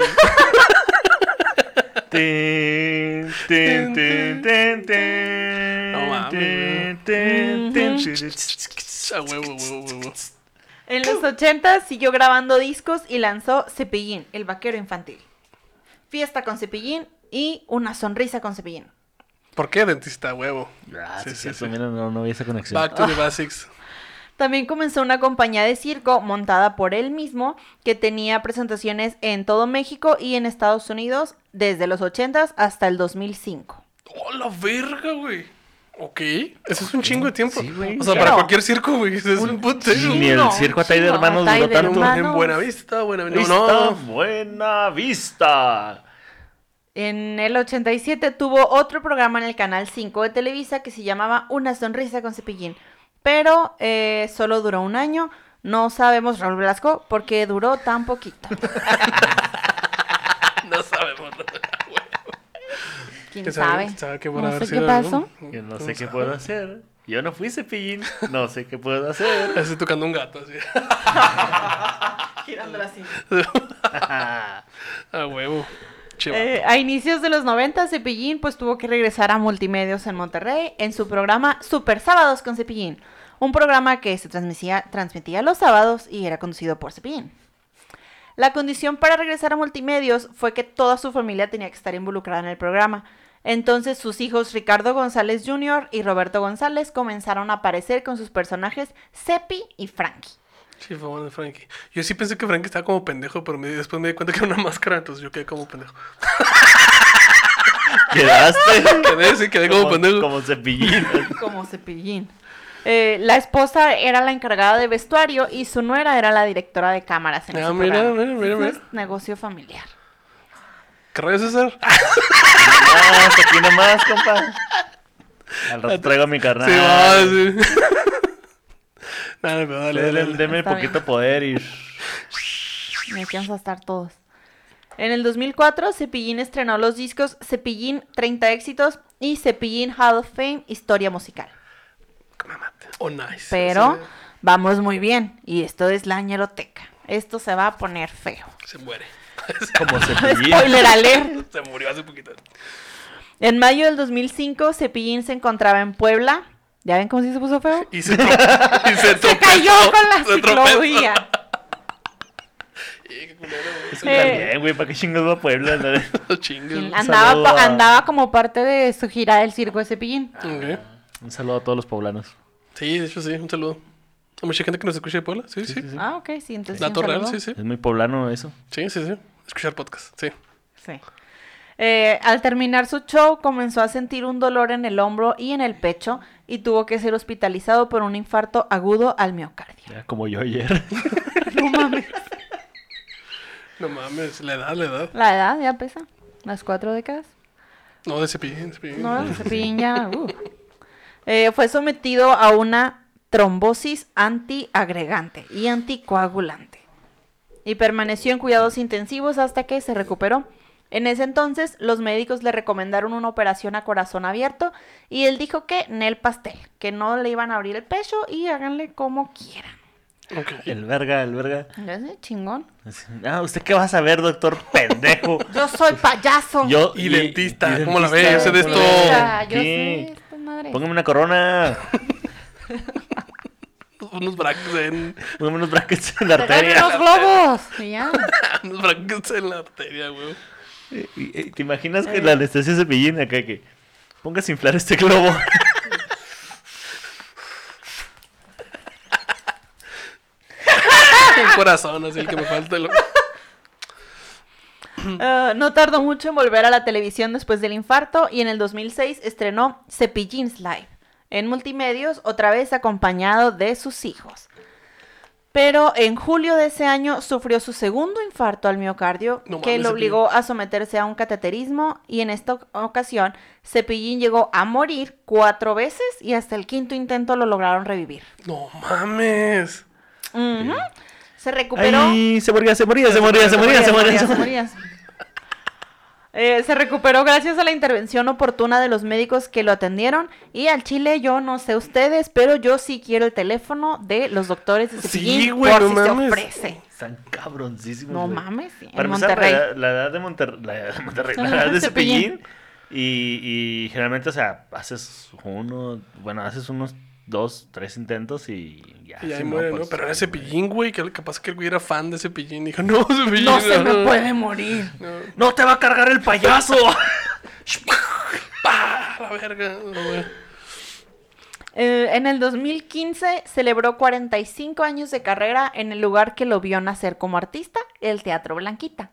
Tin, tin, tin, tin, tin,
No mames,
tin, tin, tin, tin.
A huevo, huevo, huevo.
En los 80 siguió grabando discos y lanzó Cepillín, el vaquero infantil. Fiesta con Cepillín y una sonrisa con Cepillín.
¿Por qué dentista, huevo?
Ah, sí,
Sí, sí,
cierto,
sí.
mira, no, no vi esa conexión.
Back to the basics.
También comenzó una compañía de circo montada por él mismo que tenía presentaciones en todo México y en Estados Unidos desde los 80 hasta el 2005.
¡Oh, la verga, güey! Ok, eso es un chingo de tiempo.
Sí, güey.
o sea, para
Claro.
cualquier circo, güey, eso es un putero.
Ni el
Uno,
circo Atay de
chingo,
Hermanos
Atay
duró
de
tanto.
Hermanos.
En buena vista, buena vista.
Vista,
No, no.
buena vista.
En el 87 tuvo otro programa en el Canal 5 de Televisa que se llamaba Una Sonrisa con Cepillín, pero eh, solo duró un año. No sabemos, Raúl Blasco, porque duró tan poquito.
No sabemos.
¿Quién sabe?
¿Sabe qué
No sé qué pasó.
Yo no sé qué puedo hacer. Yo no fui cepillín. No sé qué puedo hacer.
Así tocando un gato, así. A huevo. Chiva.
Eh, a inicios de los 90, Cepillín pues tuvo que regresar a Multimedios en Monterrey en su programa Super Sábados con Cepillín, un programa que se transmitía, transmitía los sábados y era conducido por Cepillín. La condición para regresar a Multimedios fue que toda su familia tenía que estar involucrada en el programa. Entonces sus hijos Ricardo González Jr. y Roberto González comenzaron a aparecer con sus personajes Cepi y Frankie.
Chiva, de Frankie. Yo sí pensé que Frankie estaba como pendejo, pero me- después me di cuenta que era una máscara, entonces yo quedé como pendejo.
Quedaste.
Quedé, sí, quedé como, pendejo.
como cepillín.
como cepillín. Eh, la esposa era la encargada de vestuario y su nuera era la directora de cámaras. En
Ah,
ese
mira,
programa.
mira, mira,
Entonces,
mira.
Negocio familiar.
¿Qué rayos César?
Ah, hasta aquí nomás, compa. Al rato traigo mi carnal.
Sí, va, sí. Nada, pero
Dale,
dale, dale.
dale,
dale.
Deme
Está
poquito
bien.
poder y.
Me íbamos a estar todos. En el 2004, Cepillín estrenó los discos Cepillín 30 éxitos y Cepillín Hall of Fame Historia Musical.
Mamate. Oh, nice.
Pero vamos muy bien y esto es la ñeroteca. Esto se va a poner feo.
Se, se muere.
Como cepillín.
Spoiler alert.
Se murió hace poquito.
En mayo del 2005, Cepillín se encontraba en Puebla. ¿Ya ven cómo sí se puso feo?
Y se, tro- y se,
Se cayó
tropezó,
con la
se tropezó.
ciclovía.
Sí, qué culero, güey. Eso
Eh,
También, güey, ¿para qué chingos va a Puebla? No,
no chingues, güey.
Andaba,
saludo
pa-
a-
andaba como parte de su gira del circo de Cepillín.
Ok.
Un saludo a todos los poblanos.
Sí, de hecho sí, un saludo. A mucha gente que nos escucha de Puebla, sí, sí.
sí, sí.
Ah, ok, sí, entonces. sí, un
Dato real,
saludo.
sí, sí.
Es muy poblano eso.
Sí, sí, sí. Escuchar podcast, sí.
Sí. Eh, al terminar su show, comenzó a sentir un dolor en el hombro y en el pecho y tuvo que ser hospitalizado por un infarto agudo al miocardio.
Ya, como yo ayer.
No mames.
No mames, la edad, la edad.
La edad ya pesa. Las cuatro décadas.
No, de cepillín, cepillín.
No, Cepillín ya, uh. Eh, fue sometido a una trombosis antiagregante y anticoagulante. Y permaneció en cuidados intensivos hasta que se recuperó. En ese entonces, los médicos le recomendaron una operación a corazón abierto y él dijo que en el pastel, que no le iban a abrir el pecho y háganle como quieran.
Ok.
El verga, el verga.
Entonces, chingón.
Así, Ah, ¿usted qué va a saber, doctor pendejo?
Yo soy payaso.
Yo,
Y dentista, ¿cómo la ve? Yo sé de
¿cómo la
esto.
ve?
Dentista, yo
Sí.
sé esta madre.
Póngame una corona.
Unos brackets en,
Póngame unos brackets en la
Tráeme
arteria.
los globos. Y ya.
unos brackets en la arteria, güey.
Y- y- ¿Te imaginas que la anestesia es cepillín acá que pongas a inflar este globo?
El corazón, así el que me falta. Lo...
Ah, no tardó mucho en volver a la televisión después del infarto y en el 2006 estrenó Cepillins Live en multimedios, otra vez acompañado de sus hijos. Pero en julio de ese año sufrió su segundo infarto al miocardio,
No mames,
que lo
Cepillín.
obligó a someterse a un cateterismo. Y en esta oc- ocasión, Cepillín llegó a morir cuatro veces y hasta el quinto intento lo lograron revivir.
No mames.
Ujú. Se recuperó.
Ay, se moría, se moría, se moría, se moría, se moría. se moría.
Eh, se recuperó gracias a la intervención oportuna de los médicos que lo atendieron. Y al Chile, yo no sé ustedes, pero yo sí quiero el teléfono de los doctores de
Sí,
Cepillín
güey,
por
no
si
mames.
se ofrece.
Están cabroncísimos.
No
güey.
mames, sí, en
Para empezar, eh, la
Monterrey.
edad, la edad de Monter- la edad de Monterrey, la edad de Cepillín. Y, y generalmente, o sea, haces uno, bueno, haces unos dos, tres intentos y ya.
Y ahí
si no,
muere, ¿no?
pues,
Pero
ahí muere.
era Cepillín, güey. Que capaz que el güey era fan de Cepillín. Dijo, no, Cepillín.
No se me puede morir.
No,
¡No te va a cargar el payaso!
¡Pah! La verga. No, güey.
Eh, en el 2015 celebró 45 años de carrera en el lugar que lo vio nacer como artista, el Teatro Blanquita,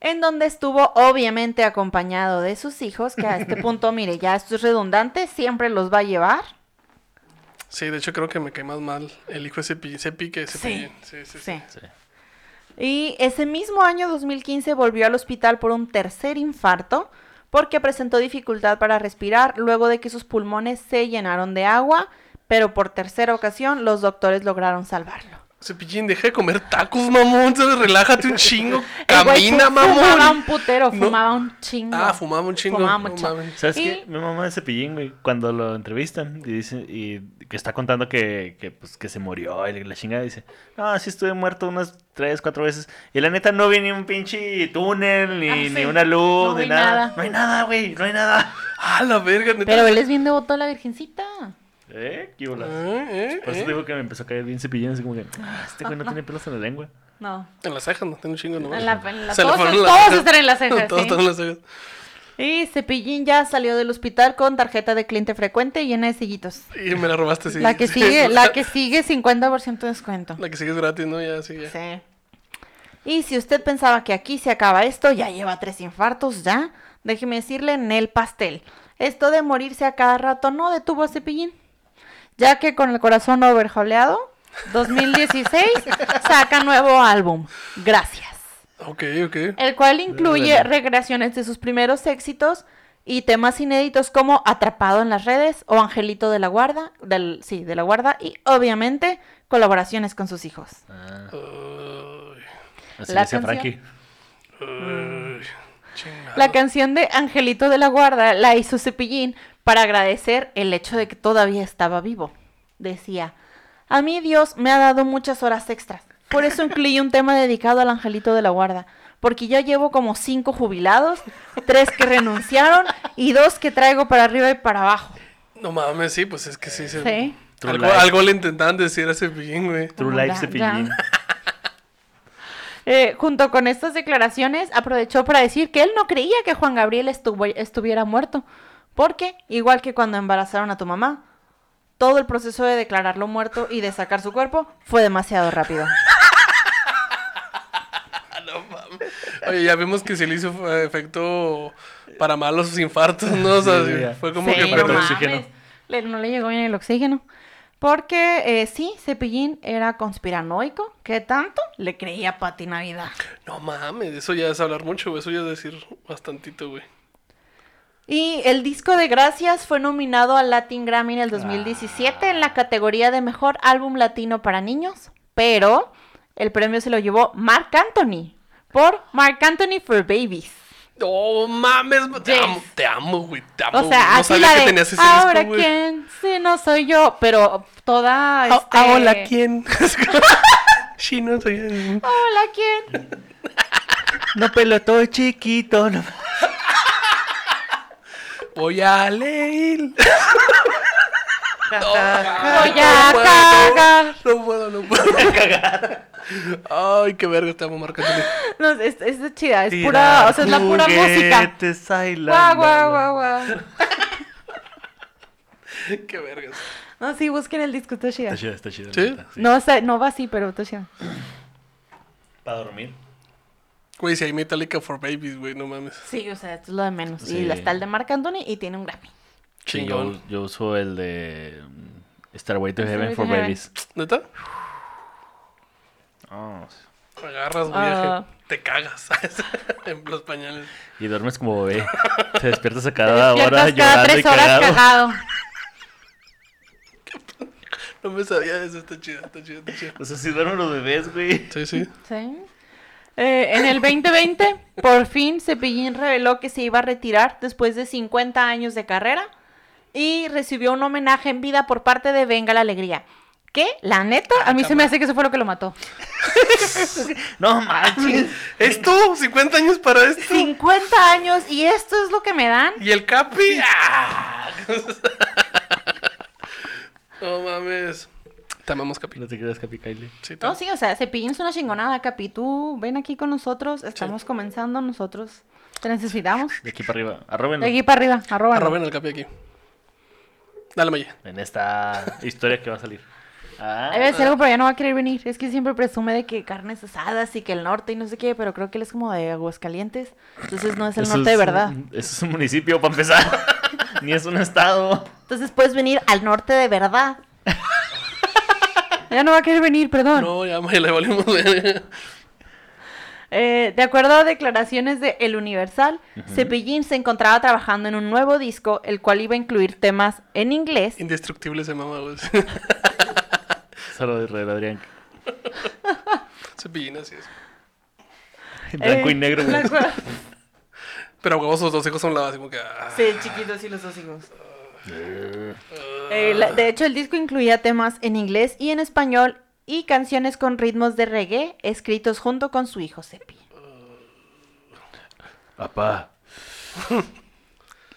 en donde estuvo obviamente acompañado de sus hijos, que a este punto, mire, ya esto es redundante, siempre los va a llevar.
Sí, de hecho creo que me cae más mal el hijo de Cepillín. Cepi que Cepillín. Sí, sí, sí.
Sí.
Sí.
Y ese mismo año 2015 volvió al hospital por un tercer infarto porque presentó dificultad para respirar luego de que sus pulmones se llenaron de agua, pero por tercera ocasión los doctores lograron salvarlo.
Cepillín, deja de comer tacos, mamón. ¿sabes? Relájate un chingo.
El güey
Camina,
fu- Fumaba un
mamón.
putero,
No.
fumaba un chingo.
Ah, fumaba un chingo.
Fumaba
No
mucho.
mames.
¿Sabes
Y-
qué? Mi mamá de Cepillín, güey, cuando lo entrevistan y dice, y que está contando que, que, pues, que se murió y la chingada, dice, no, sí estuve muerto unas tres, cuatro veces. Y la neta no vi ni un pinche túnel, ni,
Ah,
ni
sí.
una
No
luz, ni
vi
nada.
nada.
No hay nada, güey, no hay nada.
Ah, la verga, neta.
Pero él es bien devoto a la virgencita.
¿Eh? ¿Qué bolas?
Eh, eh,
Por eso
eh.
te digo que me empezó a caer bien Cepillín, así como que, "Ah, este güey no tiene pelos en la lengua.
No.
En las cejas, no tiene un chingo, no.
En la- en la-
Se le
todos-
fueron las
todos
cejas.
están en las cejas,
Todos
sí.
están en las cejas.
Y Cepillín ya salió del hospital con tarjeta de cliente frecuente llena de sillitos.
Y me la robaste, sí.
la que
Sí,
sigue,
sí.
la que sigue 50% de descuento.
La que sigue es gratis, ¿no? Ya, sí, ya.
Sí. Y si usted pensaba que aquí se acaba esto, ya lleva tres infartos, ya. Déjeme decirle en el pastel. Esto de morirse a cada rato no detuvo a Cepillín. Ya que con el corazón overjoleado, 2016 saca nuevo álbum. Gracias.
Ok, ok.
El cual incluye recreaciones de sus primeros éxitos y temas inéditos como Atrapado en las redes o Angelito de la Guarda, del, sí, de la Guarda y obviamente colaboraciones con sus hijos.
Ah,
Ay,
así
La
le decía
canción.
Frankie.
ay, chingado.
La canción de Angelito de la Guarda la hizo Cepillín para agradecer el hecho de que todavía estaba vivo. Decía, a mí Dios me ha dado muchas horas extras. Por eso incluí un tema dedicado al Angelito de la Guarda. Porque ya llevo como cinco jubilados, tres que renunciaron y dos que traigo para arriba y para abajo.
No mames, sí, pues es que sí. se-
Sí.
True
Algo,
life.
algo le intentaban decir a Cepillín, güey.
True
Ya,
Life Cepillín.
ya. Eh, junto con estas declaraciones, aprovechó para decir que él no creía que Juan Gabriel estuvo- estuviera muerto. Porque, igual que cuando embarazaron a tu mamá, todo el proceso de declararlo muerto y de sacar su cuerpo fue demasiado rápido.
Oye, ya vimos que se le hizo eh, efecto para malos infartos, ¿no? O sea,
Sí, sí, ya.
fue como
Sí,
que
no
perdió
mames.
oxígeno.
Le- no le llegó bien el oxígeno. Porque eh, sí, Cepillín era conspiranoico. ¿Qué tanto? Le creía a Pati Navidad.
No mames, eso ya es hablar mucho, güey. Eso ya es decir bastantito, güey.
Y el disco de Gracias fue nominado al Latin Grammy
Ah.
en el 2017 en la categoría de Mejor Álbum Latino para Niños, pero el premio se lo llevó Marc Anthony por Marc Anthony for Babies.
No mames, te
Yes.
amo, te amo, güey. Te amo.
O sea,
Ah, no
así
sabía
la
que
de,
tenías ese
Ahora
disco, güey.
quién, sí, no soy yo, pero toda
Ah,
este...
ah, hola, ¿quién? sí, no soy.
Hola, ¿quién?
No pelotó chiquito. No.
Voy a leer. Ah,
Voy a cagar.
No puedo, no puedo. Ay, qué verga, te amo, Marc Anthony.
No, es, es de chida, es pura, o sea, es la pura música. Guau, guau, guau, guau.
Qué vergas.
No, sí, busquen el disco, está chida.
Está chido, está chido.
¿Sí?
la neta,
No, o sea, no va así, pero está chida.
Para dormir.
Güey, si hay Metallica for Babies, güey, no mames.
Sí, o sea, esto es lo de menos. Y
Sí.
la está el de Marc Anthony y tiene un Grammy.
Sí,
Chingón.
yo, yo uso el de mm, Starway to Heaven
Starway to
for
Heaven.
Babies.
¿Neta?
Ah,
Agarras
Ah.
viaje, te cagas en los pañales.
y duermes como bebé. Te despiertas a
Te
cada hora
despiertas
llorando
cada tres
y
horas
cagado.
cagado.
No me sabía eso, está chido, está chido, está chido.
O sea, si duermen los bebés, güey.
Sí, sí.
Sí. Eh, en el 2020, por fin Cepillín reveló que se iba a retirar después de 50 años de carrera y recibió un homenaje en vida por parte de Venga la Alegría. Que, la neta, a
Ah,
mí se me hace que eso fue lo que lo mató.
No manches.
¿Esto? ¿50 años para esto?
50 años y esto es lo que me dan.
¿Y el Capi? ¡Ah! no mames. Te amamos, Capi.
No te creas, Capi Kylie.
Sí, te
No, sí, o sea, Cepillín es una chingonada, Capi. Tú ven aquí con nosotros, estamos comenzando nosotros. Te necesitamos.
De aquí para arriba. Arrobenlo.
De aquí para arriba, arroba.
Arroben al Capi aquí. Dale, Maya.
En esta historia que va a salir. Ah,
Debe decir algo, pero ya no va a querer venir. Es que siempre presume de que carnes asadas y que el norte y no sé qué, pero creo que él es como de Aguascalientes. Entonces no es el
eso
norte de
es
verdad.
un- Eso es un municipio para empezar. Ni es un estado.
Entonces puedes venir al norte de verdad. ya no va a querer venir, perdón.
No, ya, Maya, le volvimos. verga.
Eh, de acuerdo a declaraciones de El Universal, Cepillín se encontraba trabajando en un nuevo disco, el cual iba a incluir temas en inglés.
Indestructible ese mamá, güey.
Solo de Red Adrián.
Cepillín, así es.
En Blanco
Eh,
y negro, güey.
blanco-
Pero a huevos sus dos hijos son la así como que. ah.
Sí, chiquitos y los dos hijos. Eh, la- de hecho, el disco incluía temas en inglés y en español y canciones con ritmos de reggae escritos junto con su hijo Sepi.
Papá.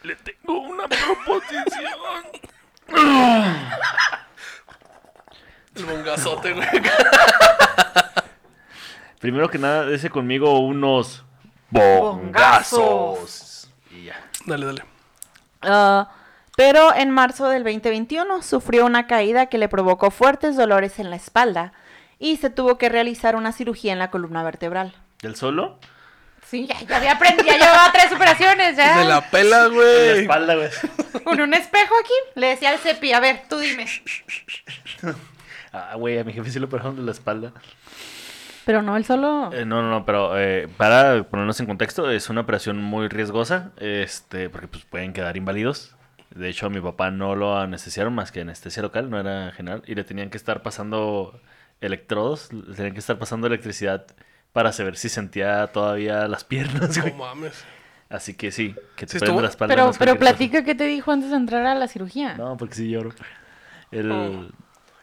Le tengo una proposición. El bongazote, güey.
Primero que nada, dice conmigo unos bongazos. Y ya.
Dale, dale.
Ah, pero en marzo del 2021 sufrió una caída que le provocó fuertes dolores en la espalda y se tuvo que realizar una cirugía en la columna vertebral.
¿Del solo?
Sí, ya, ya había aprendido, ya llevaba tres operaciones,
Se
ya.
la pela,
En la
güey.
espalda, güey.
Con un espejo aquí, le decía al Sepi, a ver, tú dime.
Ah, güey, a mi jefe sí lo operaron de la espalda.
Pero no, él solo...
Eh, no, no, no, pero eh, para ponernos en contexto, es una operación muy riesgosa, este, porque pues pueden quedar inválidos. De hecho, a mi papá no lo anestesiaron más que anestesia local, no era general, y le tenían que estar pasando electrodos, le tenían que estar pasando electricidad para saber si sentía todavía las piernas,
No
güey.
mames.
Así que sí, que te
Sí,
prende
estuvo-
la espalda. no
Pero,
es
pero
cualquier
platica qué te dijo antes de entrar a la cirugía.
cosa. No, porque sí lloro. El-
Oh.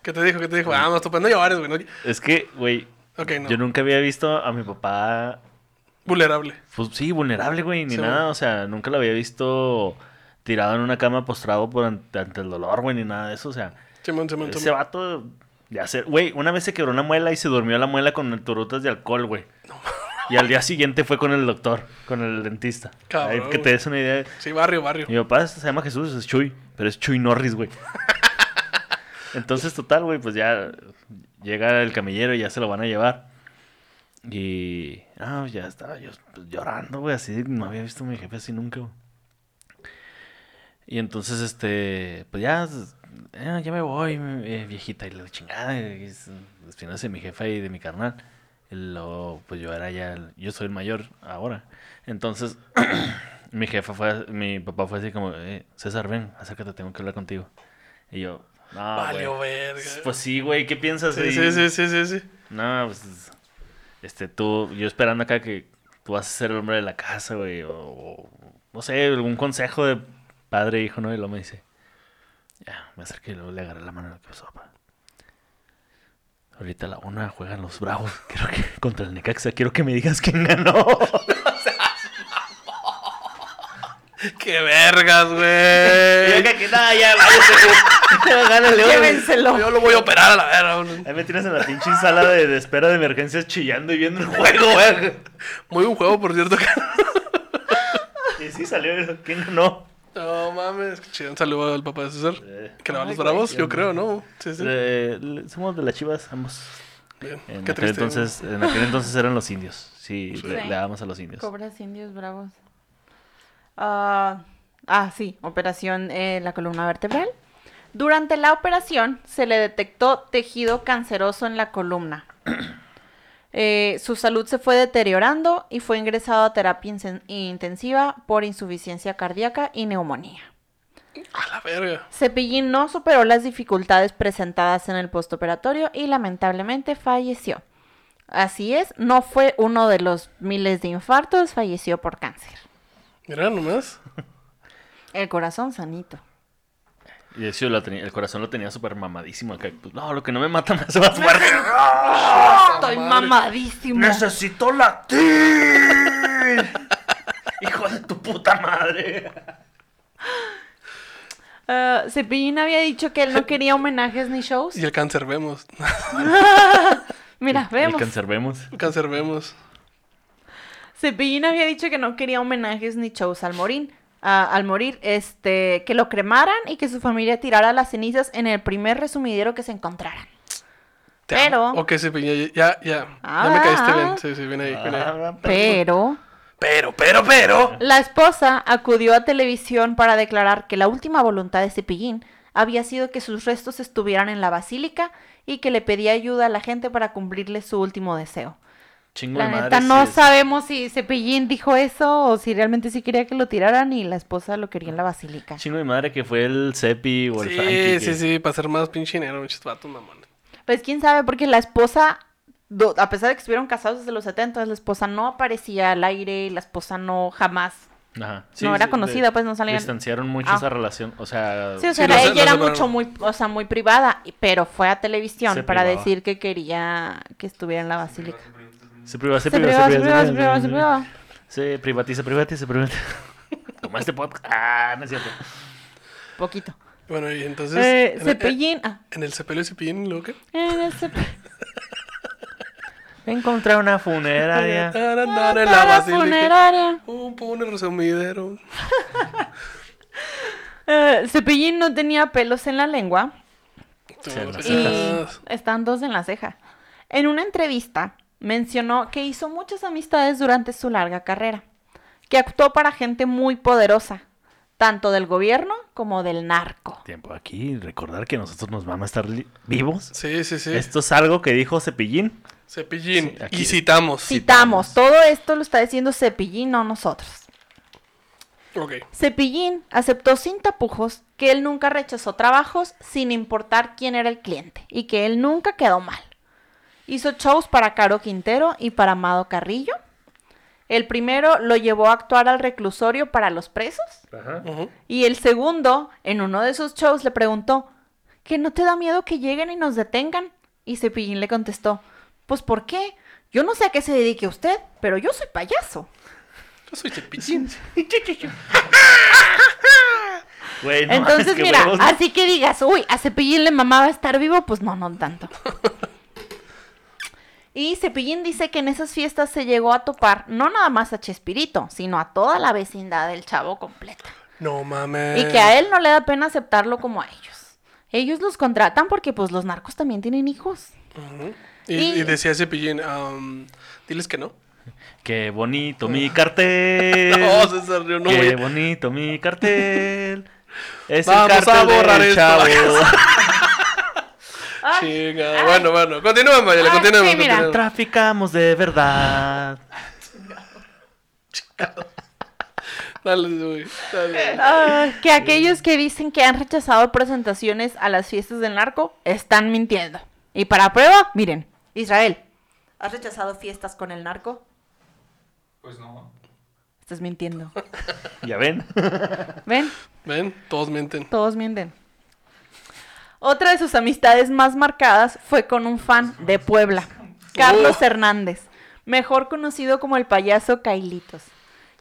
¿Qué te dijo? ¿Qué te dijo? Ah, no, estupendo llores, güey. ¿no?
Es que, güey,
Ok, no.
yo nunca había visto a mi papá
Vulnerable.
Pues sí, vulnerable, güey, ni
Sí,
nada.
güey.
O sea, nunca lo había visto tirado en una cama postrado por ante, ante el dolor, güey, ni nada de eso. O sea,
Simón, Simón,
ese
Simón.
vato de hacer. Güey, una vez se quebró una muela y se durmió la muela con turutas de alcohol, güey. Y al día siguiente fue con el doctor, con el dentista.
Cabrón,
Ahí que
güey.
te des una idea.
Sí, barrio, barrio.
Mi papá se llama Jesús, es Chuy, pero es Chuy Norris, güey. Entonces, total, güey, pues ya llega el camillero y ya se lo van a llevar. Y ah, ya estaba yo pues, llorando, güey, así no había visto a mi jefe así nunca. güey. Y entonces, este, pues ya, "Ah, ya me voy, eh, viejita, y la chingada, y es- despidiéndose de mi jefa y de mi carnal. Y luego, pues yo era ya, el- yo soy el mayor ahora. Entonces, mi jefa fue, mi papá fue así como, "Eh, César, ven, acércate, tengo que hablar contigo. Y yo, no,
Valió
güey".
verga.
Pues sí, güey, ¿qué piensas?
sí,
Y-
sí, sí, sí, sí, sí.
no, pues. Este, tú. Yo esperando acá que tú vas a ser el hombre de la casa, güey. O, o, No sé, algún consejo de padre e hijo, ¿no? Y luego me dice. Ya, me acerqué y luego le agarré la mano lo que pasó, papá. Ahorita a la una juegan los bravos. Creo que contra el Necaxa. Quiero que me digas quién ganó.
¡Qué vergas,
Y yo
güey!
que que nada, ya, váyase, güey. Gánale, güey.
Llévenselo.
Yo lo voy a operar a la verga. güey.
Ahí me tienes en la pinche sala de, de espera de emergencias chillando y viendo el juego, güey.
Muy buen juego, por cierto.
Y sí salió eso. ¿Quién ganó?
No mames, qué chido. Un saludo al papá de César.
Eh.
Que le va a
Ay,
los
güey,
bravos,
ya
yo
no.
creo, ¿no? Sí, sí.
Eh, le- somos de las chivas, ambos.
Bien.
En
Qué
aquel,
triste.
entonces, en aquel entonces eran los indios. Sí,
Sí.
Le, le dábamos a los indios.
Cobras indios bravos. Ah, ah, sí, operación en la columna vertebral. Durante la operación se le detectó tejido canceroso en la columna. Eh, su salud se fue deteriorando y fue ingresado a terapia insen- intensiva por insuficiencia cardíaca y neumonía.
A la verga.
Cepillín no superó las dificultades presentadas en el postoperatorio y lamentablemente falleció. Así es, no fue uno de los miles de infartos, falleció por cáncer.
Mira nomás.
El corazón sanito.
Y de hecho, la tenía- el corazón lo tenía súper mamadísimo. acá, pues, no, lo que no me mata me hace más fuerte. ¡Ah!
¡Ah, Estoy mamadísimo.
¡Necesito latir! ¡Hijo de tu puta madre!
Ah, Cepillín había dicho que él no quería homenajes ni shows.
Y el cáncer vemos.
Mira,
El
vemos.
cancerbemos.
cáncer vemos.
Cepillín había dicho que no quería homenajes ni shows al morir. a- al morir, este, que lo cremaran y que su familia tirara las cenizas en el primer resumidero que se encontraran.
Te amo.
Pero-
Ok, sí, pues, ya, ya, ya. ya me
Ah.
caíste bien. Sí, sí, viene
Ah,
ahí, viene ahí.
Pero
Pero, pero, pero.
la esposa acudió a televisión para declarar que la última voluntad de Cepillín había sido que sus restos estuvieran en la basílica y que le pedía ayuda a la gente para cumplirle su último deseo.
Chingo
La
de
neta,
madre.
no
sí es.
sabemos si Cepillín dijo eso o si realmente sí quería que lo tiraran y la esposa lo quería en la basílica.
Chingo de madre que fue el Cepi o el Frankie.
Sí,
que-
sí, sí, para ser más pinche dinero, muchos vatos, mamón.
Pues quién sabe, porque la esposa, do- a pesar de que estuvieron casados desde los 70, la esposa no aparecía al aire y la esposa no jamás.
Ajá.
No era
sí,
conocida, pues, no salían-
Distanciaron mucho
Ah.
esa relación. O sea,
Sí, o sea,
lo
era-
sé-
ella
lo
era
sé, pero-
mucho, muy, o sea, muy privada, y- pero fue a televisión
Se
para
privaba.
decir que quería que estuviera en la basílica.
se privó, se
Se
privó,
privaba,
se
se
privó,
privaba, se privaba, se privaba.
Se privatiza, privatiza, privatiza. Como este podcast. Ah, no es cierto.
Poquito.
Bueno, y entonces.
Eh,
en, el,
Cepillín. ah,
en el cepillo y cepillín, ¿y luego qué?
en el Cepillín.
Encontré una funeraria.
Tarandara en la
Ah, Para
basílica.
funeraria.
Un pone resumidero.
Eh, Cepillín no tenía pelos en la lengua.
Tú,
Se las
pues,
Y
estás-
están dos en la ceja. En una entrevista mencionó que hizo muchas amistades durante su larga carrera, que actuó para gente muy poderosa, tanto del gobierno como del narco.
Tiempo aquí. Recordar que nosotros nos vamos a estar li- vivos.
Sí, sí, sí.
Esto es algo que dijo Cepillín.
Cepillín.
Sí, aquí-
y citamos.
Citamos, todo esto lo está diciendo Cepillín, no nosotros.
Ok.
Cepillín aceptó sin tapujos que él nunca rechazó trabajos sin importar quién era el cliente y que él nunca quedó mal. Hizo shows para Caro Quintero y para Amado Carrillo. El primero lo llevó a actuar al reclusorio para los presos
Ujú.
y el segundo, en uno de sus shows, le preguntó, ¿que no te da miedo que lleguen y nos detengan? Y Cepillín le contestó, pues ¿por qué? Yo no sé a qué se dedique usted, pero yo soy payaso.
Yo soy cepillín.
Güey, no mames,
Entonces,
qué
mira,
huevos.
así que digas, uy, a Cepillín le mamaba estar vivo, pues no, no tanto. Y Cepillín dice que en esas fiestas se llegó a topar no nada más a Chespirito, sino a toda la vecindad del chavo completa.
No mames.
Y que
Eh.
a él no le da pena aceptarlo como a ellos. Ellos los contratan porque pues los narcos también tienen hijos.
Ujú. Y,
Y-
y decía cepillín, um, diles que no.
Qué bonito mi cartel.
No, César, yo no
Qué
voy.
bonito mi cartel. Es
Vamos
el
a
cartel
borrar
del
esto.
chavo.
Ay,
Chinga.
ay.
Bueno, bueno, continuemos, Mayela,
Ah,
continuemos.
sí, mira.
continuemos.
Traficamos de verdad.
Dale, güey. Dale.
Ah, que aquellos que dicen que han rechazado presentaciones a las fiestas del narco están mintiendo. Y para prueba, miren, Israel, ¿has rechazado fiestas con el narco?
Pues no.
Estás mintiendo.
Ya ven.
¿Ven?
Ven, todos mienten.
Todos mienten. Otra de sus amistades más marcadas fue con un fan de Puebla, Carlos Hernández, mejor conocido como el payaso Cailitos,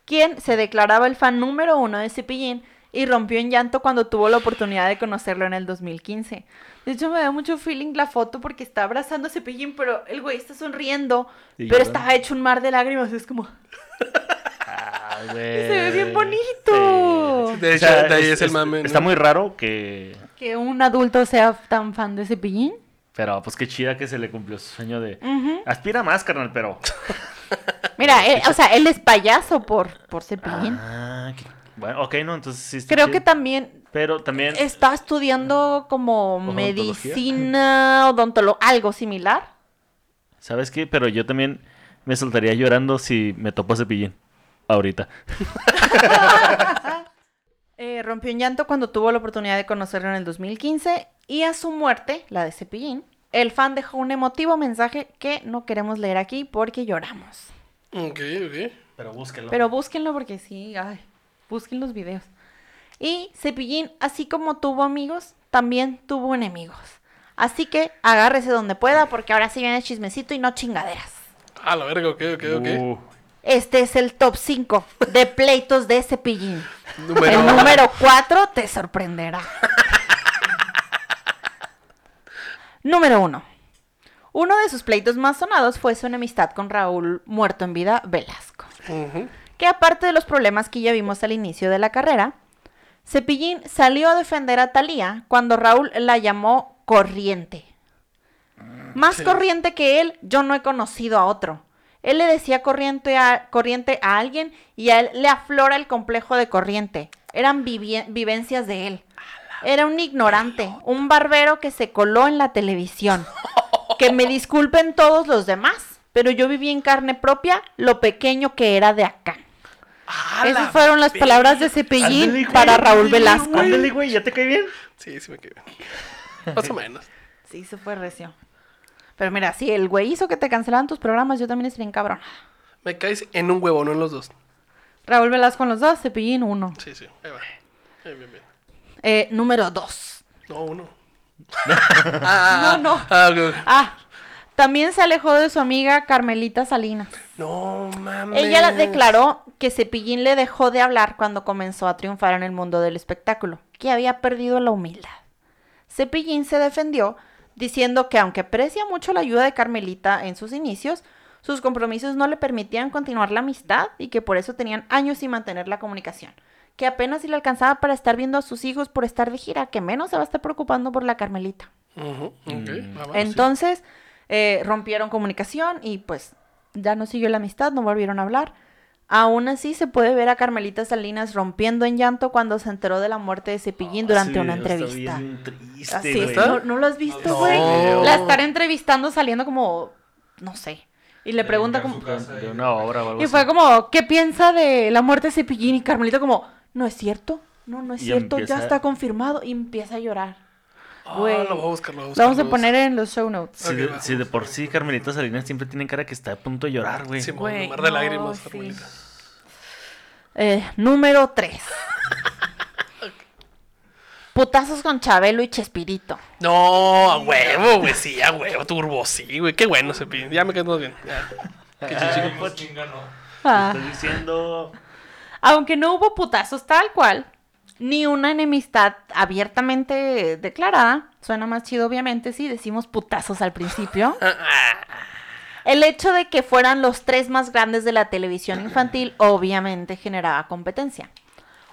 quien se declaraba el fan número uno de Cepillín y rompió en llanto cuando tuvo la oportunidad de conocerlo en el 2015. De hecho, me da mucho feeling la foto porque está abrazando a Cepillín, pero el güey está sonriendo,
Y
pero
llorando.
está hecho un mar de lágrimas. Es como,
Ay, Ah, güey.
se ve bien bonito.
De hecho, de ahí es el mame, ¿no?
Está muy raro que.
que un adulto sea tan fan de Cepillín.
Pero pues qué chida que se le cumplió su sueño de.
Ujú.
Aspira más, carnal, pero.
Mira, él- o sea, él es payaso por, por Cepillín.
Ah, qué- Bueno, ok, no, entonces sí. está
Creo
chido.
que también
Pero también.
está estudiando como
Odontología.
medicina, odontólogo, algo similar.
¿Sabes qué? Pero yo también me soltaría llorando si me topo a Cepillín. Ahorita.
Eh, rompió un llanto cuando tuvo la oportunidad de conocerlo en el 2015 y a su muerte, la de Cepillín, el fan dejó un emotivo mensaje que no queremos leer aquí porque lloramos.
Ok, ok.
Pero búsquelo.
Pero búsquenlo porque sí, ay, busquen los videos. Y Cepillín, así como tuvo amigos, también tuvo enemigos. Así que agárrese donde pueda porque ahora sí viene chismecito y no chingaderas.
A la verga, ok, ok,
Uh.
ok.
Este es el top 5 de pleitos de Cepillín.
Número-
El número 4 te sorprenderá. número 1. Uno de sus pleitos más sonados fue su enemistad con Raúl, muerto en vida, Velasco.
Ujú.
Que aparte de los problemas que ya vimos al inicio de la carrera, Cepillín salió a defender a Talía cuando Raúl la llamó corriente. Más corriente que él, yo no he conocido a otro. Él le decía corriente a, corriente a alguien y a él le aflora el complejo de corriente. Eran vivi- vivencias de él. Era un ignorante, un barbero que se coló en la televisión. Que me disculpen todos los demás, pero yo viví en carne propia lo pequeño que era de acá. Esas fueron las palabras de Cepillín para Raúl Velasco.
Ándale, güey, ¿ya te cae bien?
Sí, sí me quedé. Más o menos.
Sí, se fue recio. Pero mira, si el güey hizo que te cancelaran tus programas, yo también estaría en cabrón.
Me caes en un huevo, no en los dos.
Raúl Velasco en los dos, Cepillín uno.
Sí, sí, ahí va. Bien, bien, bien.
Eh, número dos.
No, uno. Ah,
No, no.
ah, ok, ok.
Ah, también se alejó de su amiga Carmelita Salinas.
No mames.
Ella la- declaró que Cepillín le dejó de hablar cuando comenzó a triunfar en el mundo del espectáculo, que había perdido la humildad. Cepillín se defendió diciendo que aunque aprecia mucho la ayuda de Carmelita en sus inicios, sus compromisos no le permitían continuar la amistad y que por eso tenían años sin mantener la comunicación, que apenas si le alcanzaba para estar viendo a sus hijos por estar de gira, que menos se va a estar preocupando por la Carmelita.
Ujú, Mm. ok, va, va, Ah, sí.
Entonces eh, rompieron comunicación y pues ya no siguió la amistad, no volvieron a hablar. Aún así se puede ver a Carmelita Salinas rompiendo en llanto cuando se enteró de la muerte de Cepillín
Ah,
durante una entrevista. Así
güey.
es, ¿no, no lo has visto,
No.
güey? La estará entrevistando saliendo como, no sé. Y le pregunta como...
De una obra o algo
Y fue
así.
como, ¿qué piensa de la muerte de Cepillín? Y Carmelita como, no es cierto, no, no es
Y
cierto,
empieza-
ya está confirmado. Y empieza a llorar.
Ah,
güey.
lo voy a buscar, lo voy a
Lo
buscar,
vamos a
lo voy
poner en los show notes.
Si,
Ok,
de,
va.
si de por sí Carmelita Salinas siempre tiene cara que está a punto de llorar, güey.
Sí, mo-
Güey,
un mar de
no,
lágrimas,
sí.
Carmelita.
Eh, número 3. Putazos con Chabelo y Chespirito.
No, a huevo, güey, sí, a huevo, turbo, sí, güey, qué bueno ese pin. Ya me quedo bien. ya. Qué chichico.
Pues chinga, no.
Ah,
Estoy diciendo.
Aunque no hubo putazos tal cual, ni una enemistad abiertamente declarada, suena más chido obviamente si decimos putazos al principio. El hecho de que fueran los tres más grandes de la televisión infantil obviamente generaba competencia.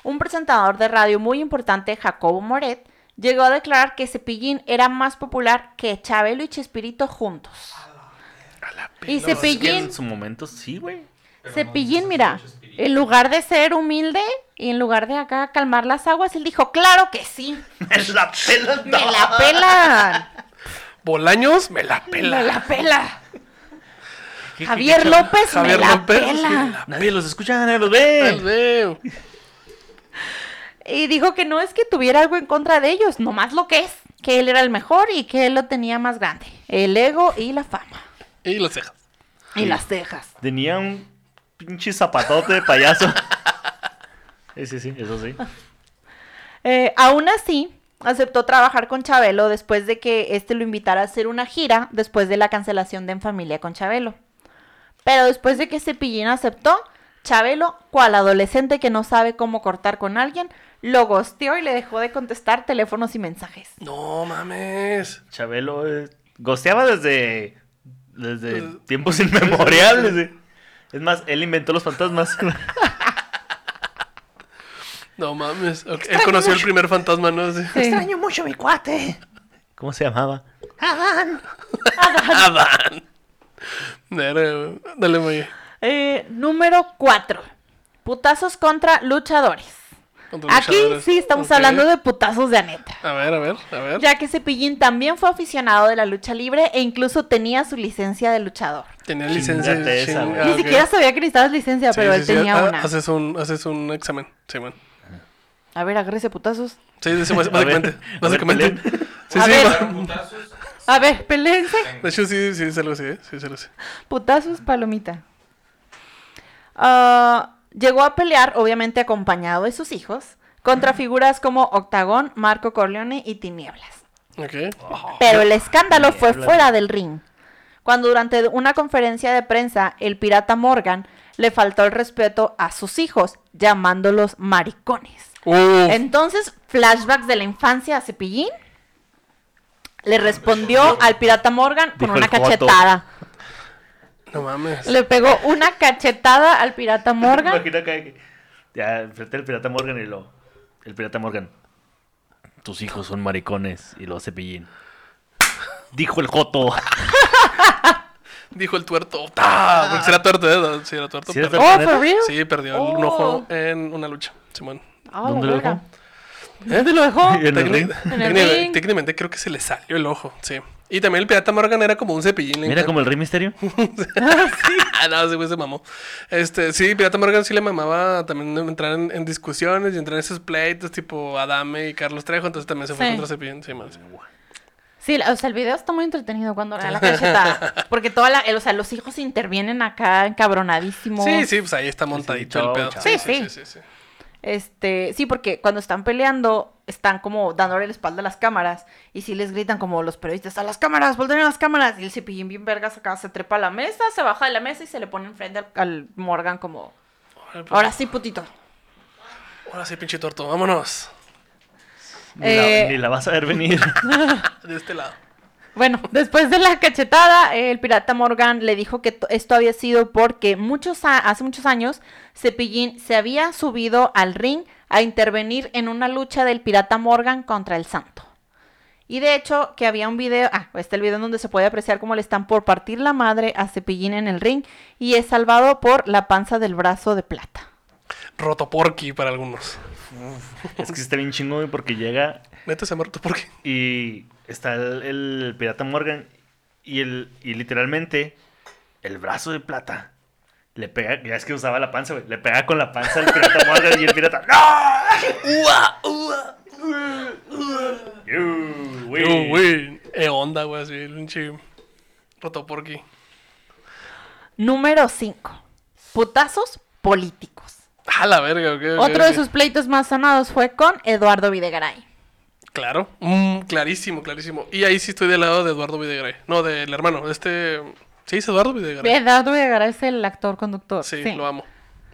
Un presentador de radio muy importante, Jacobo Moret, llegó a declarar que Cepillín era más popular que Chabelo y Chespirito juntos. Y
No, es que
Cepillín,
En su momento sí, güey.
Pero
Cepillín,
no,
mira,
Chespirito.
en lugar de ser humilde y en lugar de acá calmar las aguas, él dijo, claro que sí,
Es la pela.
me la pelan,
Bolaños, me la pela.
me la pela. Javier López,
Javier
me la
López, me
pela.
la
Nadie los escucha, nadie los
Tal
ve.
vez.
Y dijo que no es que tuviera algo en contra de ellos, nomás lo que es, que él era el mejor y que él lo tenía más grande, el ego y la fama,
Y las cejas.
y las cejas.
Tenía un pinche zapatote de payaso. Sí, sí, sí, eso sí.
Eh, aún así, aceptó trabajar con Chabelo después de que este lo invitara a hacer una gira después de la cancelación de En Familia con Chabelo. Pero después de que Cepillín aceptó, Chabelo, cual adolescente que no sabe cómo cortar con alguien, lo gosteó y le dejó de contestar teléfonos y mensajes.
No mames.
Chabelo eh, gosteaba desde, desde
Pues,
tiempos inmemoriales. eh. Es más, él inventó los fantasmas.
No mames. Ok, Él conoció el primer fantasma, ¿no? Sí.
Extraño mucho mi cuate. ¿Cómo se llamaba?
Adán. Dale, dale, güey.
Eh, número 4. Putazos contra luchadores.
contra los
Aquí
luchadores.
sí estamos
Ok.
hablando de putazos de Aneta.
A ver, a ver, a ver.
Ya que Cepillín también fue aficionado de la lucha libre e incluso tenía su licencia de luchador.
Tenía licencia.
Chíngate esa,
ching-
güey.
ah,
Ni
ok.
siquiera sabía que necesitabas licencia,
Sí,
pero
sí,
él
sí, Ah,
tenía
ha-
una.
Haces un, haces un examen, sí, bueno.
A ver, agárrese putazos.
Sí, sí, bás-
A ver,
básicamente. básicamente.
a ver,
sí,
A
sí,
ver.
va-
Putazos.
A ver, peleense.
De hecho, sí, sí, es algo así, ¿eh? Sí, es algo así.
Putazos, palomita. Ah, llegó a pelear, obviamente acompañado de sus hijos, contra figuras como Octagón, Marco Corleone y Tinieblas.
Ok.
Pero el escándalo fue
Diablo.
fuera del ring. Cuando durante una conferencia de prensa el pirata Morgan le faltó el respeto a sus hijos, llamándolos maricones.
Uh,
Entonces, flashbacks de la infancia a Cepillín le respondió al pirata Morgan con
Dijo
una
el joto.
cachetada.
no mames.
Le pegó una cachetada al pirata Morgan.
Imagina acá que- Ya, enfrente del pirata Morgan y lo. El pirata Morgan. Tus hijos son maricones y lo cepillín. Dijo el Joto.
Dijo el tuerto. ¡Ah! Porque si era tuerto, ¿eh? Si era tuerto.
Sí, era
perdió.
tuerto.
Oh, for real.
Sí, perdió
Oh.
un ojo en una lucha, Simón.
Ah, la
¿Dónde lo
verga.
dejó?
¿Dónde lo dejó?
En el ring.
En el
técnic-
ring.
Técnicamente creo que se le salió el ojo, sí. Y también el pirata Morgan era como un cepillín. le
Mira
encanta-
como el Rey Misterio.
Ah, no, ese güey se mamó. Este, sí, Pirata Morgan sí le mamaba también entrar en, en discusiones y entrar en esos pleitos tipo Adame y Carlos Trejo, entonces también se fue
Sí.
contra Cepillín. Sí, man, sí.
Sí, la- o sea, el video está muy entretenido cuando le da la cachetada. Porque toda la, el- o sea, los hijos intervienen acá encabronadísimos.
sí, sí, pues ahí está montadito
chao,
el pedo.
chao.
Sí, sí. Este, sí, porque cuando están peleando, están como dándole la espalda a las cámaras. Y sí les gritan como los periodistas, a las cámaras, volteen a las cámaras. Y el cepillín bien vergas acá se trepa a la mesa, se baja de la mesa y se le pone enfrente al, al Morgan como,
Órale, pues,
ahora sí, putito.
Ahora sí, pinche torto, vámonos.
Ni,
Eh.
la, ni la vas a ver venir.
De este lado.
Bueno, después de la cachetada, el pirata Morgan le dijo que to- esto había sido porque muchos a- hace muchos años Cepillín se había subido al ring a intervenir en una lucha del pirata Morgan contra el santo. Y de hecho, que había un video, ah, está el video en donde se puede apreciar cómo le están por partir la madre a Cepillín en el ring y es salvado por la panza del brazo de plata.
Rotoporqui para algunos.
es que sí está bien chingón güey, porque llega
Neta se llama Rotoporqui.
y está el, el pirata Morgan y, el, y literalmente el brazo de plata. Le pega, ya es que usaba la panza, güey. Le pega con la panza al pirata Morgan y el pirata. ¡No! ¡Ua! ¡Ua! ¡Ua! ¡Ua! güey.
Yo, güey. Eh, onda, güey, así, el pinche Rotoporqui.
Número 5. Putazos políticos.
A la verga, ok, ok,
Otro de
ok.
sus pleitos más sonados fue con Eduardo Videgaray.
Claro, mm, clarísimo, clarísimo. Y ahí sí estoy del lado de Eduardo Videgaray. No, del hermano, de este... Sí, es Eduardo Videgaray. Ah,
Eduardo Videgaray es el actor conductor.
Sí, lo amo.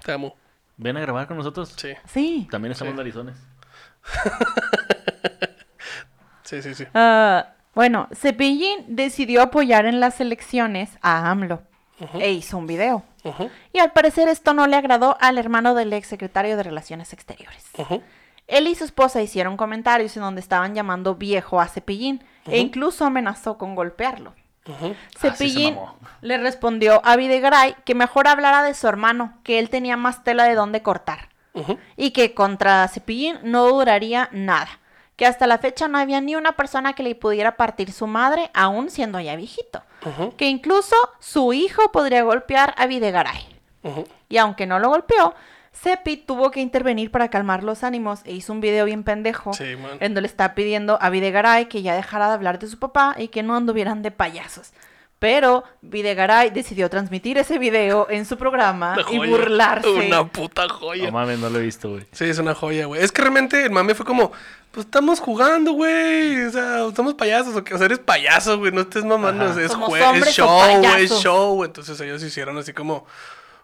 Te amo.
Ven a grabar con nosotros.
Sí,
Sí.
También estamos
Sí.
de Arizones.
sí, sí, sí.
Ah, bueno, Cepillín decidió apoyar en las elecciones a AMLO e hizo un video.
Ujú,
Y al parecer esto no le agradó al hermano del ex secretario de Relaciones Exteriores.
ujú.
Él y su esposa hicieron comentarios en donde estaban llamando viejo a Cepillín e incluso amenazó con golpearlo.
Ah,
se
Cepillín
mamó.
le respondió a Videgaray que mejor hablara de su hermano, que él tenía más tela de dónde cortar. y que contra Cepillín no duraría nada, que hasta la fecha no había ni una persona que le pudiera partir su madre, aún siendo ya viejito, que incluso su hijo podría golpear a Videgaray. Y aunque no lo golpeó, Cepi tuvo que intervenir para calmar los ánimos e hizo un video bien pendejo
Sí, man.
Oh. en donde le está pidiendo a Videgaray que ya dejara de hablar de su papá y que no anduvieran de payasos. Pero Videgaray decidió transmitir ese video en su programa
Una
y
joya.
burlarse.
Una puta
No
joya.
mames, no lo he visto, güey.
sí, es una joya, güey. Es que realmente el mame fue como, pues estamos jugando, güey. O sea, estamos payasos. O, que- o sea, eres payaso, güey. No estés mamando.
Ajá.
o sea, Es,
Somos
jue- es
hombres o
show, güey. Es
payasos.
show. güey. Entonces ellos hicieron así como,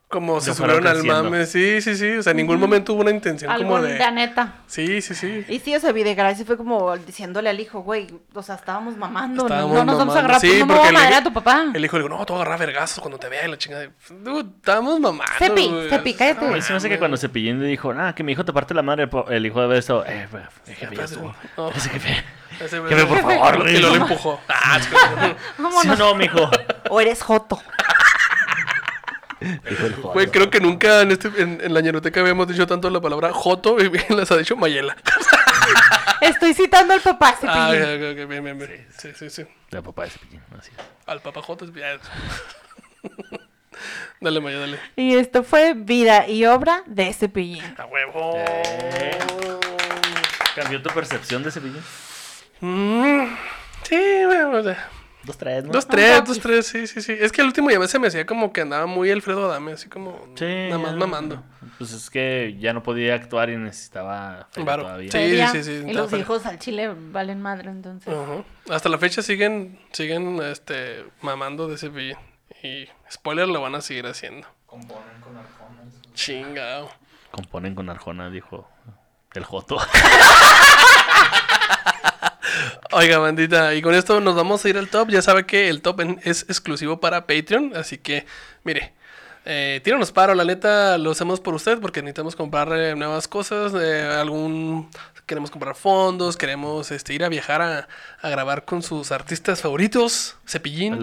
como se
Lo fueron
subieron al
creciendo.
mame. Sí, sí, sí. O sea, en ningún momento hubo una intención como
Algo
de...
de Aneta.
Sí, sí, sí.
Y sí, o sea, Videgaray se fue como diciéndole al hijo, güey, o sea, estábamos mamando, no-
Estábamos
no nos vamos
mamando.
a agarrar, pues,
Sí,
no me voy a
porque el
madrear a
hijo-
tu papá.
El hijo le dijo, no, te voy a agarrar a vergazos cuando te vea y la chingada. Dude, estamos mamando.
Cepi,
güey.
Cepi, cállate.
A mí se me hace que cuando Cepillín le dijo, ah, que mi hijo te parte la madre, po- el hijo de eso, eh, pues, eh, jefe, ya
Espérate,
estuvo.
no.
Ese jefe.
Ese güey-
Jefe, por favor,
Y
güey.
lo le empujó. Ah, es que-
¿Sí o no, mijo?
O eres Joto.
Dijo el joto.
Güey, creo que nunca en, este, en, en la ñeroteca habíamos dicho tanto la palabra joto y bien las ha dicho Mayela.
Estoy citando al papá,
Ah,
Cepillín.
ok, ok, bien, bien, bien. Sí, sí, sí.
La papá de Cepillín, así es.
Al papá joto es bien. dale, Maya, dale.
Y esto fue vida y obra de Cepillín.
A huevo.
Eh. ¿Cambió tu percepción de Cepillín?
Mm, sí, bueno, o sea,
Dos, tres, ¿no?
Dos,
Un
tres,
poquito.
dos, tres, sí, sí, sí. Es que el último ya me- se me hacía como que andaba muy Alfredo Adame, así como
Sí,
nada más
ya.
mamando.
Pues es que ya no podía actuar y necesitaba feria
Varo.
todavía.
Sí.
Feria,
sí, Ah. sí,
Y
está
los
fuera.
hijos al chile valen madre, entonces.
Ajá. Hasta la fecha siguen, siguen este, mamando de ese billón. Y spoiler, lo van a seguir haciendo.
Componen con arcones.
Chingao.
Componen con Arjona, dijo el Joto.
Oiga, bandita, y con esto nos vamos a ir al top. Ya sabe que el top en- es exclusivo para Patreon, así que, mire, eh, tíranos paro, la neta, lo hacemos por usted porque necesitamos comprar eh, nuevas cosas, eh, algún... Queremos comprar fondos, queremos este, ir a viajar a, a grabar con sus artistas favoritos, Cepillín.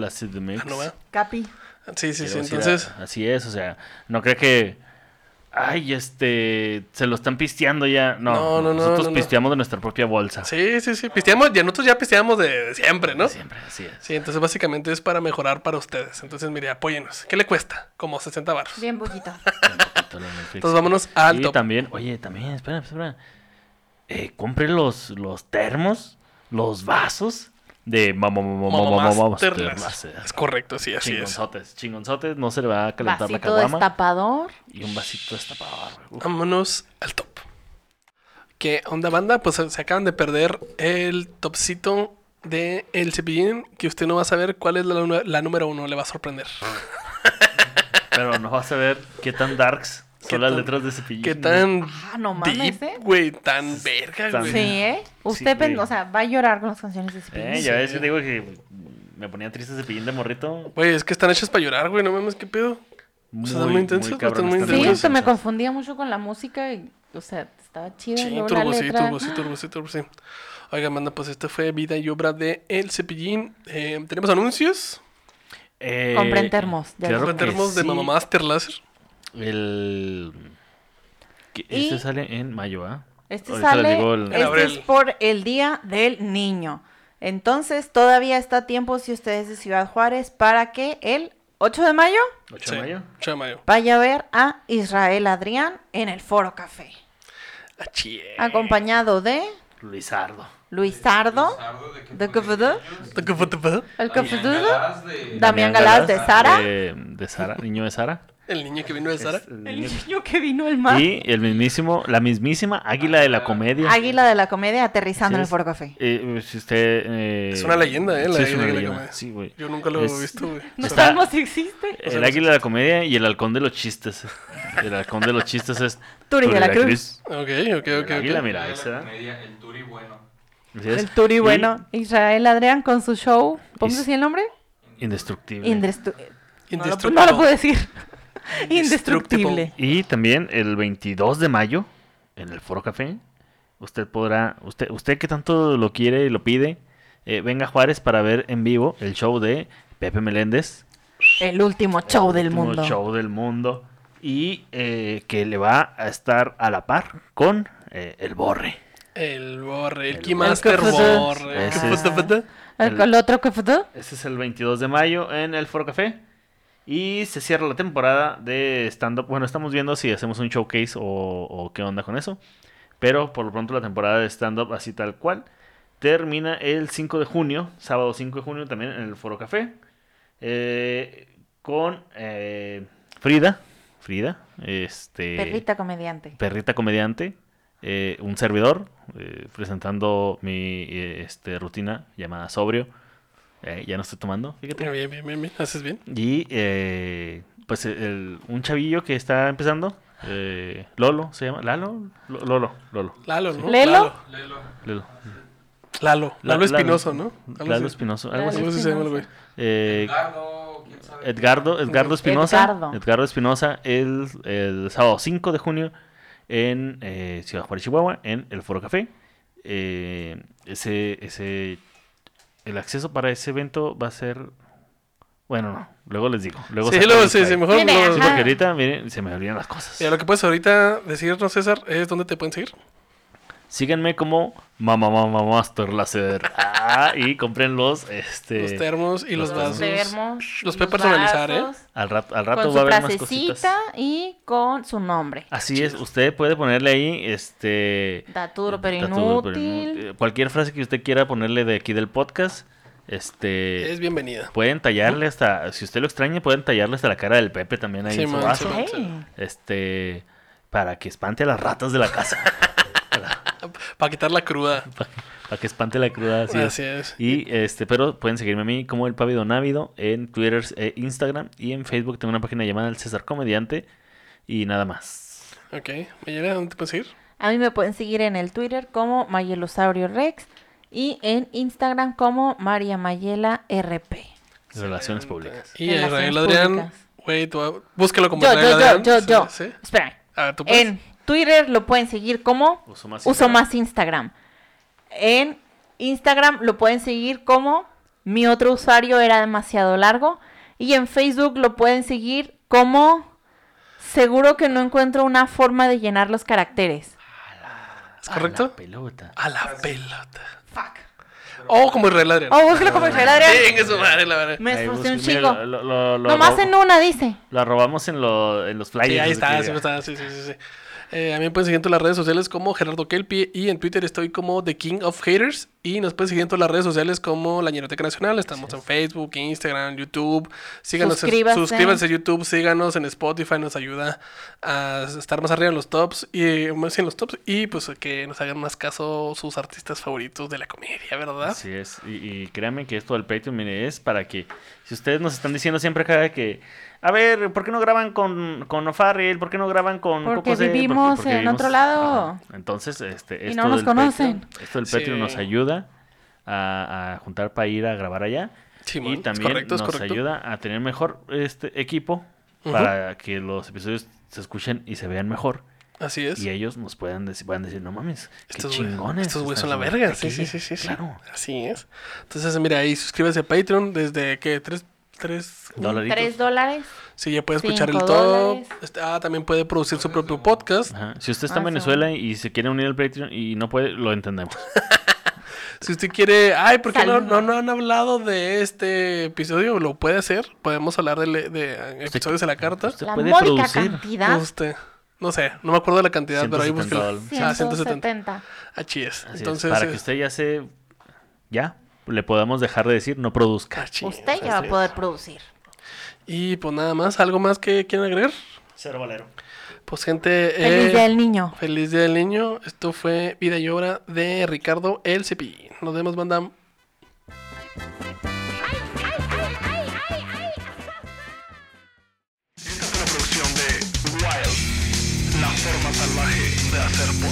La Sid Mix.
Ah, ¿no va?
Capi.
Sí, sí, sí,
Quiero decir,
entonces...
a- ah, así es, o sea, no cree que. Ay, este. Se lo están pisteando ya. No,
No, no, no,
nosotros
no, no.
pisteamos de nuestra propia bolsa.
Sí, sí, sí, pisteamos, ya nosotros ya pisteamos de, de siempre, ¿no?
Siempre, así es.
Sí, entonces básicamente es para mejorar para ustedes. Entonces, mire, apóyenos. ¿Qué le cuesta? Como 60 baros.
Bien poquito.
Un poquito lo de Netflix.
Entonces vámonos al
Y
top.
también, oye, también, espera, espera. Eh, compre los, los termos, los vasos de mamá, mamá, mamá,
Mamá
mamá,
Masterlas.
Masterlas.
Es correcto, sí, así es.
Chingonzotes, chingonzotes, no se le va a calentar la
Vasito
caguama.
destapador.
Y un vasito destapador. güey. Uf,
Vámonos al top. ¿Qué onda, banda? Pues se acaban de perder el topcito de El Cepillín, que usted no va a saber cuál es la, nu- la número uno, le va a sorprender.
Pero no vas a ver qué tan darks
¿Qué
son las
tan-
letras de cepillín.
¿Qué tan
Ah, no mames, ¿eh?
deep, güey? Tan verga,
tan-
güey.
Sí, ¿eh? Usted,
Sí,
pen-
güey.
o sea, va a llorar con las canciones de Cepillín.
Eh, ya ves, yo te digo que me ponía triste cepillín de morrito.
Güey, es que están hechas para llorar, güey, no mames, qué pedo.
Muy,
están muy intensos,
cabrón,
están muy
pues,
Sí,
intensos.
se me confundía mucho con la música y, o sea, estaba chido.
Sí,
luego la
turbo, sí,
letra.
turbo, sí, turbo, sí, turbo, sí. Oiga, manda, pues esta fue Vida y Obra de El Cepillín. Eh, Tenemos anuncios.
Eh,
Compren termos, ya
claro
Compren
que
termos de
sí.
Mamá Master Láser.
El. que
Y-
Este sale en mayo, ¿ah?
Este
Ahorita les
sale,
digo el-
este
Abril.
es por el Día del Niño. Entonces, todavía está a tiempo si usted es de Ciudad Juárez para que el 8 de mayo
8 de
Sí,
mayo.
8 de mayo.
vaya a ver a Israel Adrián en el Foro Café,
Achí.
acompañado de
Luisardo.
Luis Sardo,
Sardo de que
¿De qué
fue
pedo?
niños,
¿Tú qué fue tu pedo?
el
Damián
Cafetudo,
Galás de-
Damián Galás de Sara.
De, de Sara, niño de Sara.
El niño que vino de Sara.
Es el
el
niño-
niño que vino el mar,
Y el mismísimo, la mismísima águila de la comedia.
Águila de la Comedia aterrizando
Así
en el
es.
Foro Café.
Eh, si usted, eh,
Es una leyenda, ¿eh? La
sí, es
águila
una
de la
leyenda.
comedia.
Sí, güey.
Yo nunca lo
Es-
he visto, güey.
No
Está-
sabemos si existe.
El águila de la comedia y el halcón de los chistes. El halcón de los chistes es.
Turi de la Cruz.
Ok, ok, ok.
El águila,
ok.
mira, ahí
de
se
la
da.
comedia, El Turi bueno.
Así es.
El Turi,
Y
bueno, Israel Adrián con su show, ¿cómo
Is-
así el nombre?
Indestructible.
Indestructible. No lo, pu-
Indestructible.
no lo puedo decir. Indestructible.
Y también el 22 de mayo, en el Foro Café, usted podrá, usted, usted que tanto lo quiere y lo pide, eh, venga a Juárez para ver en vivo el show de Pepe Meléndez.
El último show
el
del
último
mundo.
Show del mundo. Y eh, que le va a estar a la par con eh, el Borre.
El borre,
El
el
Eh.
Keymaster
borre.
borre.
Ese
¿Qué
es.
fue tu pedo?
El, el otro que fue todo.
Este es el 22 de mayo en el Foro Café. Y se cierra la temporada de stand-up. Bueno, estamos viendo si hacemos un showcase o, o qué onda con eso. Pero por lo pronto la temporada de stand-up así tal cual. Termina el 5 de junio, sábado 5 de junio también en el Foro Café. eh, con eh, Frida. Frida. Este,
Perrita comediante.
Perrita comediante, eh, un servidor, eh, presentando mi eh, este, rutina llamada Sobrio. Eh, ya no estoy tomando, fíjate.
Bien, bien, bien, bien. ¿Haces bien?
Y eh, pues el- un chavillo que está empezando, eh, Lolo, ¿se llama? ¿Lalo? Lo- Lolo, Lolo,
Lalo, ¿no?
¿Lelo?
Lalo.
Lelo.
Lolo.
Lalo.
La-
Lalo Espinoso, ¿no? Algo
Lalo
así.
Espinoso, algo así.
Algo así se llama el güey.
Eh,
Edgardo, quién sabe.
Edgardo, Edgardo Espinosa.
Edgardo.
Edgardo Espinosa el, el sábado 5 de junio en eh, Ciudad Juárez, Chihuahua, en el Foro Café. Eh, ese, ese, el acceso para ese evento va a ser Bueno, no. Luego les digo. Luego
sí,
saco
lo-
el
sí, sí,
flyer.
mejor
Mire,
Sí,
lo-
ajá.
porque ahorita, miren, se me olvidan las cosas.
Mira, lo que puedes ahorita decirnos, César, es dónde te pueden seguir.
Síganme como Mamá Mamá Master Laser. Ah, y compren los, este,
Los termos y los,
los
vasos.
termos,
Los puede personalizar, ¿eh?
vasos,
al, rato, al
Con
rato
su
va a haber más
frasecita
cositas. Ah.
y con su nombre.
Así es, usted puede ponerle ahí, este...
Daturo, pero
Está todo,
inútil.
pero inútil. Cualquier frase que usted quiera ponerle de aquí del podcast, este...
Es bienvenida.
Pueden tallarle hasta, si usted lo extraña, pueden tallarle hasta la cara del Pepe también ahí
Sí,
en su
man,
vaso.
sí.
Ey,
Este, para que espante a las ratas de la casa.
Para quitar la cruda.
para que espante la cruda. Así es.
Así es.
Y este, pero pueden seguirme a mí como el Pavido Návido en Twitter e Instagram y en Facebook tengo una página llamada El César Comediante y nada más.
Ok. Mayela, ¿dónde te puedes seguir?
A mí me pueden seguir en el Twitter como Mayelosaurio Rex y en Instagram como María Mayela RP.
Relaciones públicas.
Y
Relaciones
Israel Adrián,
públicas.
güey, tú búsquelo como
Yo,
Israel
yo, yo,
Adrián.
yo,
sí,
yo.
sí.
Espérame.
A ver, tú puedes.
En Twitter lo pueden seguir como
Uso más
Uso
Instagram.
más Instagram. En Instagram lo pueden seguir como Mi otro usuario era demasiado largo. Y en Facebook lo pueden seguir como Seguro que no encuentro una forma de llenar los caracteres.
¿Es
A la
correcto?
pelota.
A la pelota. Fuck. O como Israel Adrián.
Oh, búsquelo como Israel Adrián.
Venga, su madre, la verdad.
Me
Ahí
esforcé un
busquen, mira,
chico.
lo- lo- lo-
Nomás
lo-
en una dice.
La robamos en, lo- en los flyers.
Sí, ahí
así que
está,
ya.
siempre está. Sí, sí, sí. sí. Eh, a mí me pueden seguir en todas las redes sociales como Gerardo Kelpie y en Twitter estoy como The King of Haters y nos pueden seguir en todas las redes sociales como La Ñeroteca Nacional. Estamos en Facebook, Instagram, YouTube. Síganos, en-
Suscríbase.
suscríbanse a YouTube, síganos en Spotify, nos ayuda a estar más arriba en los tops y más en los tops y pues que nos hagan más caso sus artistas favoritos de la comedia, ¿verdad?
Así es, y, y créanme que esto del Patreon, mire, es para que, si ustedes nos están diciendo siempre acá que, a ver, ¿por qué no graban con, con O'Farrell? ¿Por qué no graban con
Porque
Coco C?
vivimos en otro lado.
Ajá. Entonces, este,
Y no
del Patreon-
nos conocen.
esto del
Sí.
Patreon nos ayuda a, a juntar para ir a grabar allá.
Simón,
y
es
también
correcto, es
nos
correcto.
ayuda a tener mejor este equipo
Ujú.
para que los episodios se escuchen y se vean mejor.
Así es.
Y ellos nos puedan decir, puedan decir, no mames, qué
Estos güey-
chingones.
Estos güeyes son
están
la
haciendo
verga. Sí,
aquí".
sí, sí, sí, sí.
Claro.
Así es. Entonces, mira, ahí suscríbase a Patreon desde que tres, tres.
Dolaritos.
Tres dólares.
Sí, ya puede escuchar el
Cinco
top.
dólares.
Este, Ah, también puede producir su propio podcast.
Ajá. Si usted está en
Ah, sí.
Venezuela y se quiere unir al Patreon y no puede, lo entendemos.
Si usted quiere, ay, ¿por qué no,
Saludos.
no, no han hablado de este episodio? Lo puede hacer. Podemos hablar de, de episodios de la carta.
usted- Se
La
puede
módica
producir.
cantidad.
Usted. No sé, no me acuerdo de la cantidad, pero ahí
170
búsquelo.
dólares.
Ah, 170.
170.
Así es.
Así es,
Entonces, eh,
para que
es-
usted ya se. Ya, le podamos dejar de decir, no produzca.
achis,
Usted ya va
ah, así
a
es.
poder producir.
Y pues nada más, ¿algo más que quieran agregar?
Cero valero.
Pues gente. eh,
Feliz Día del Niño.
Feliz Día del Niño. Esto fue Vida y Obra de Ricardo El Cepillín. Nos vemos, banda.
Esta es una producción de Wild, la forma salvaje de hacer podcast.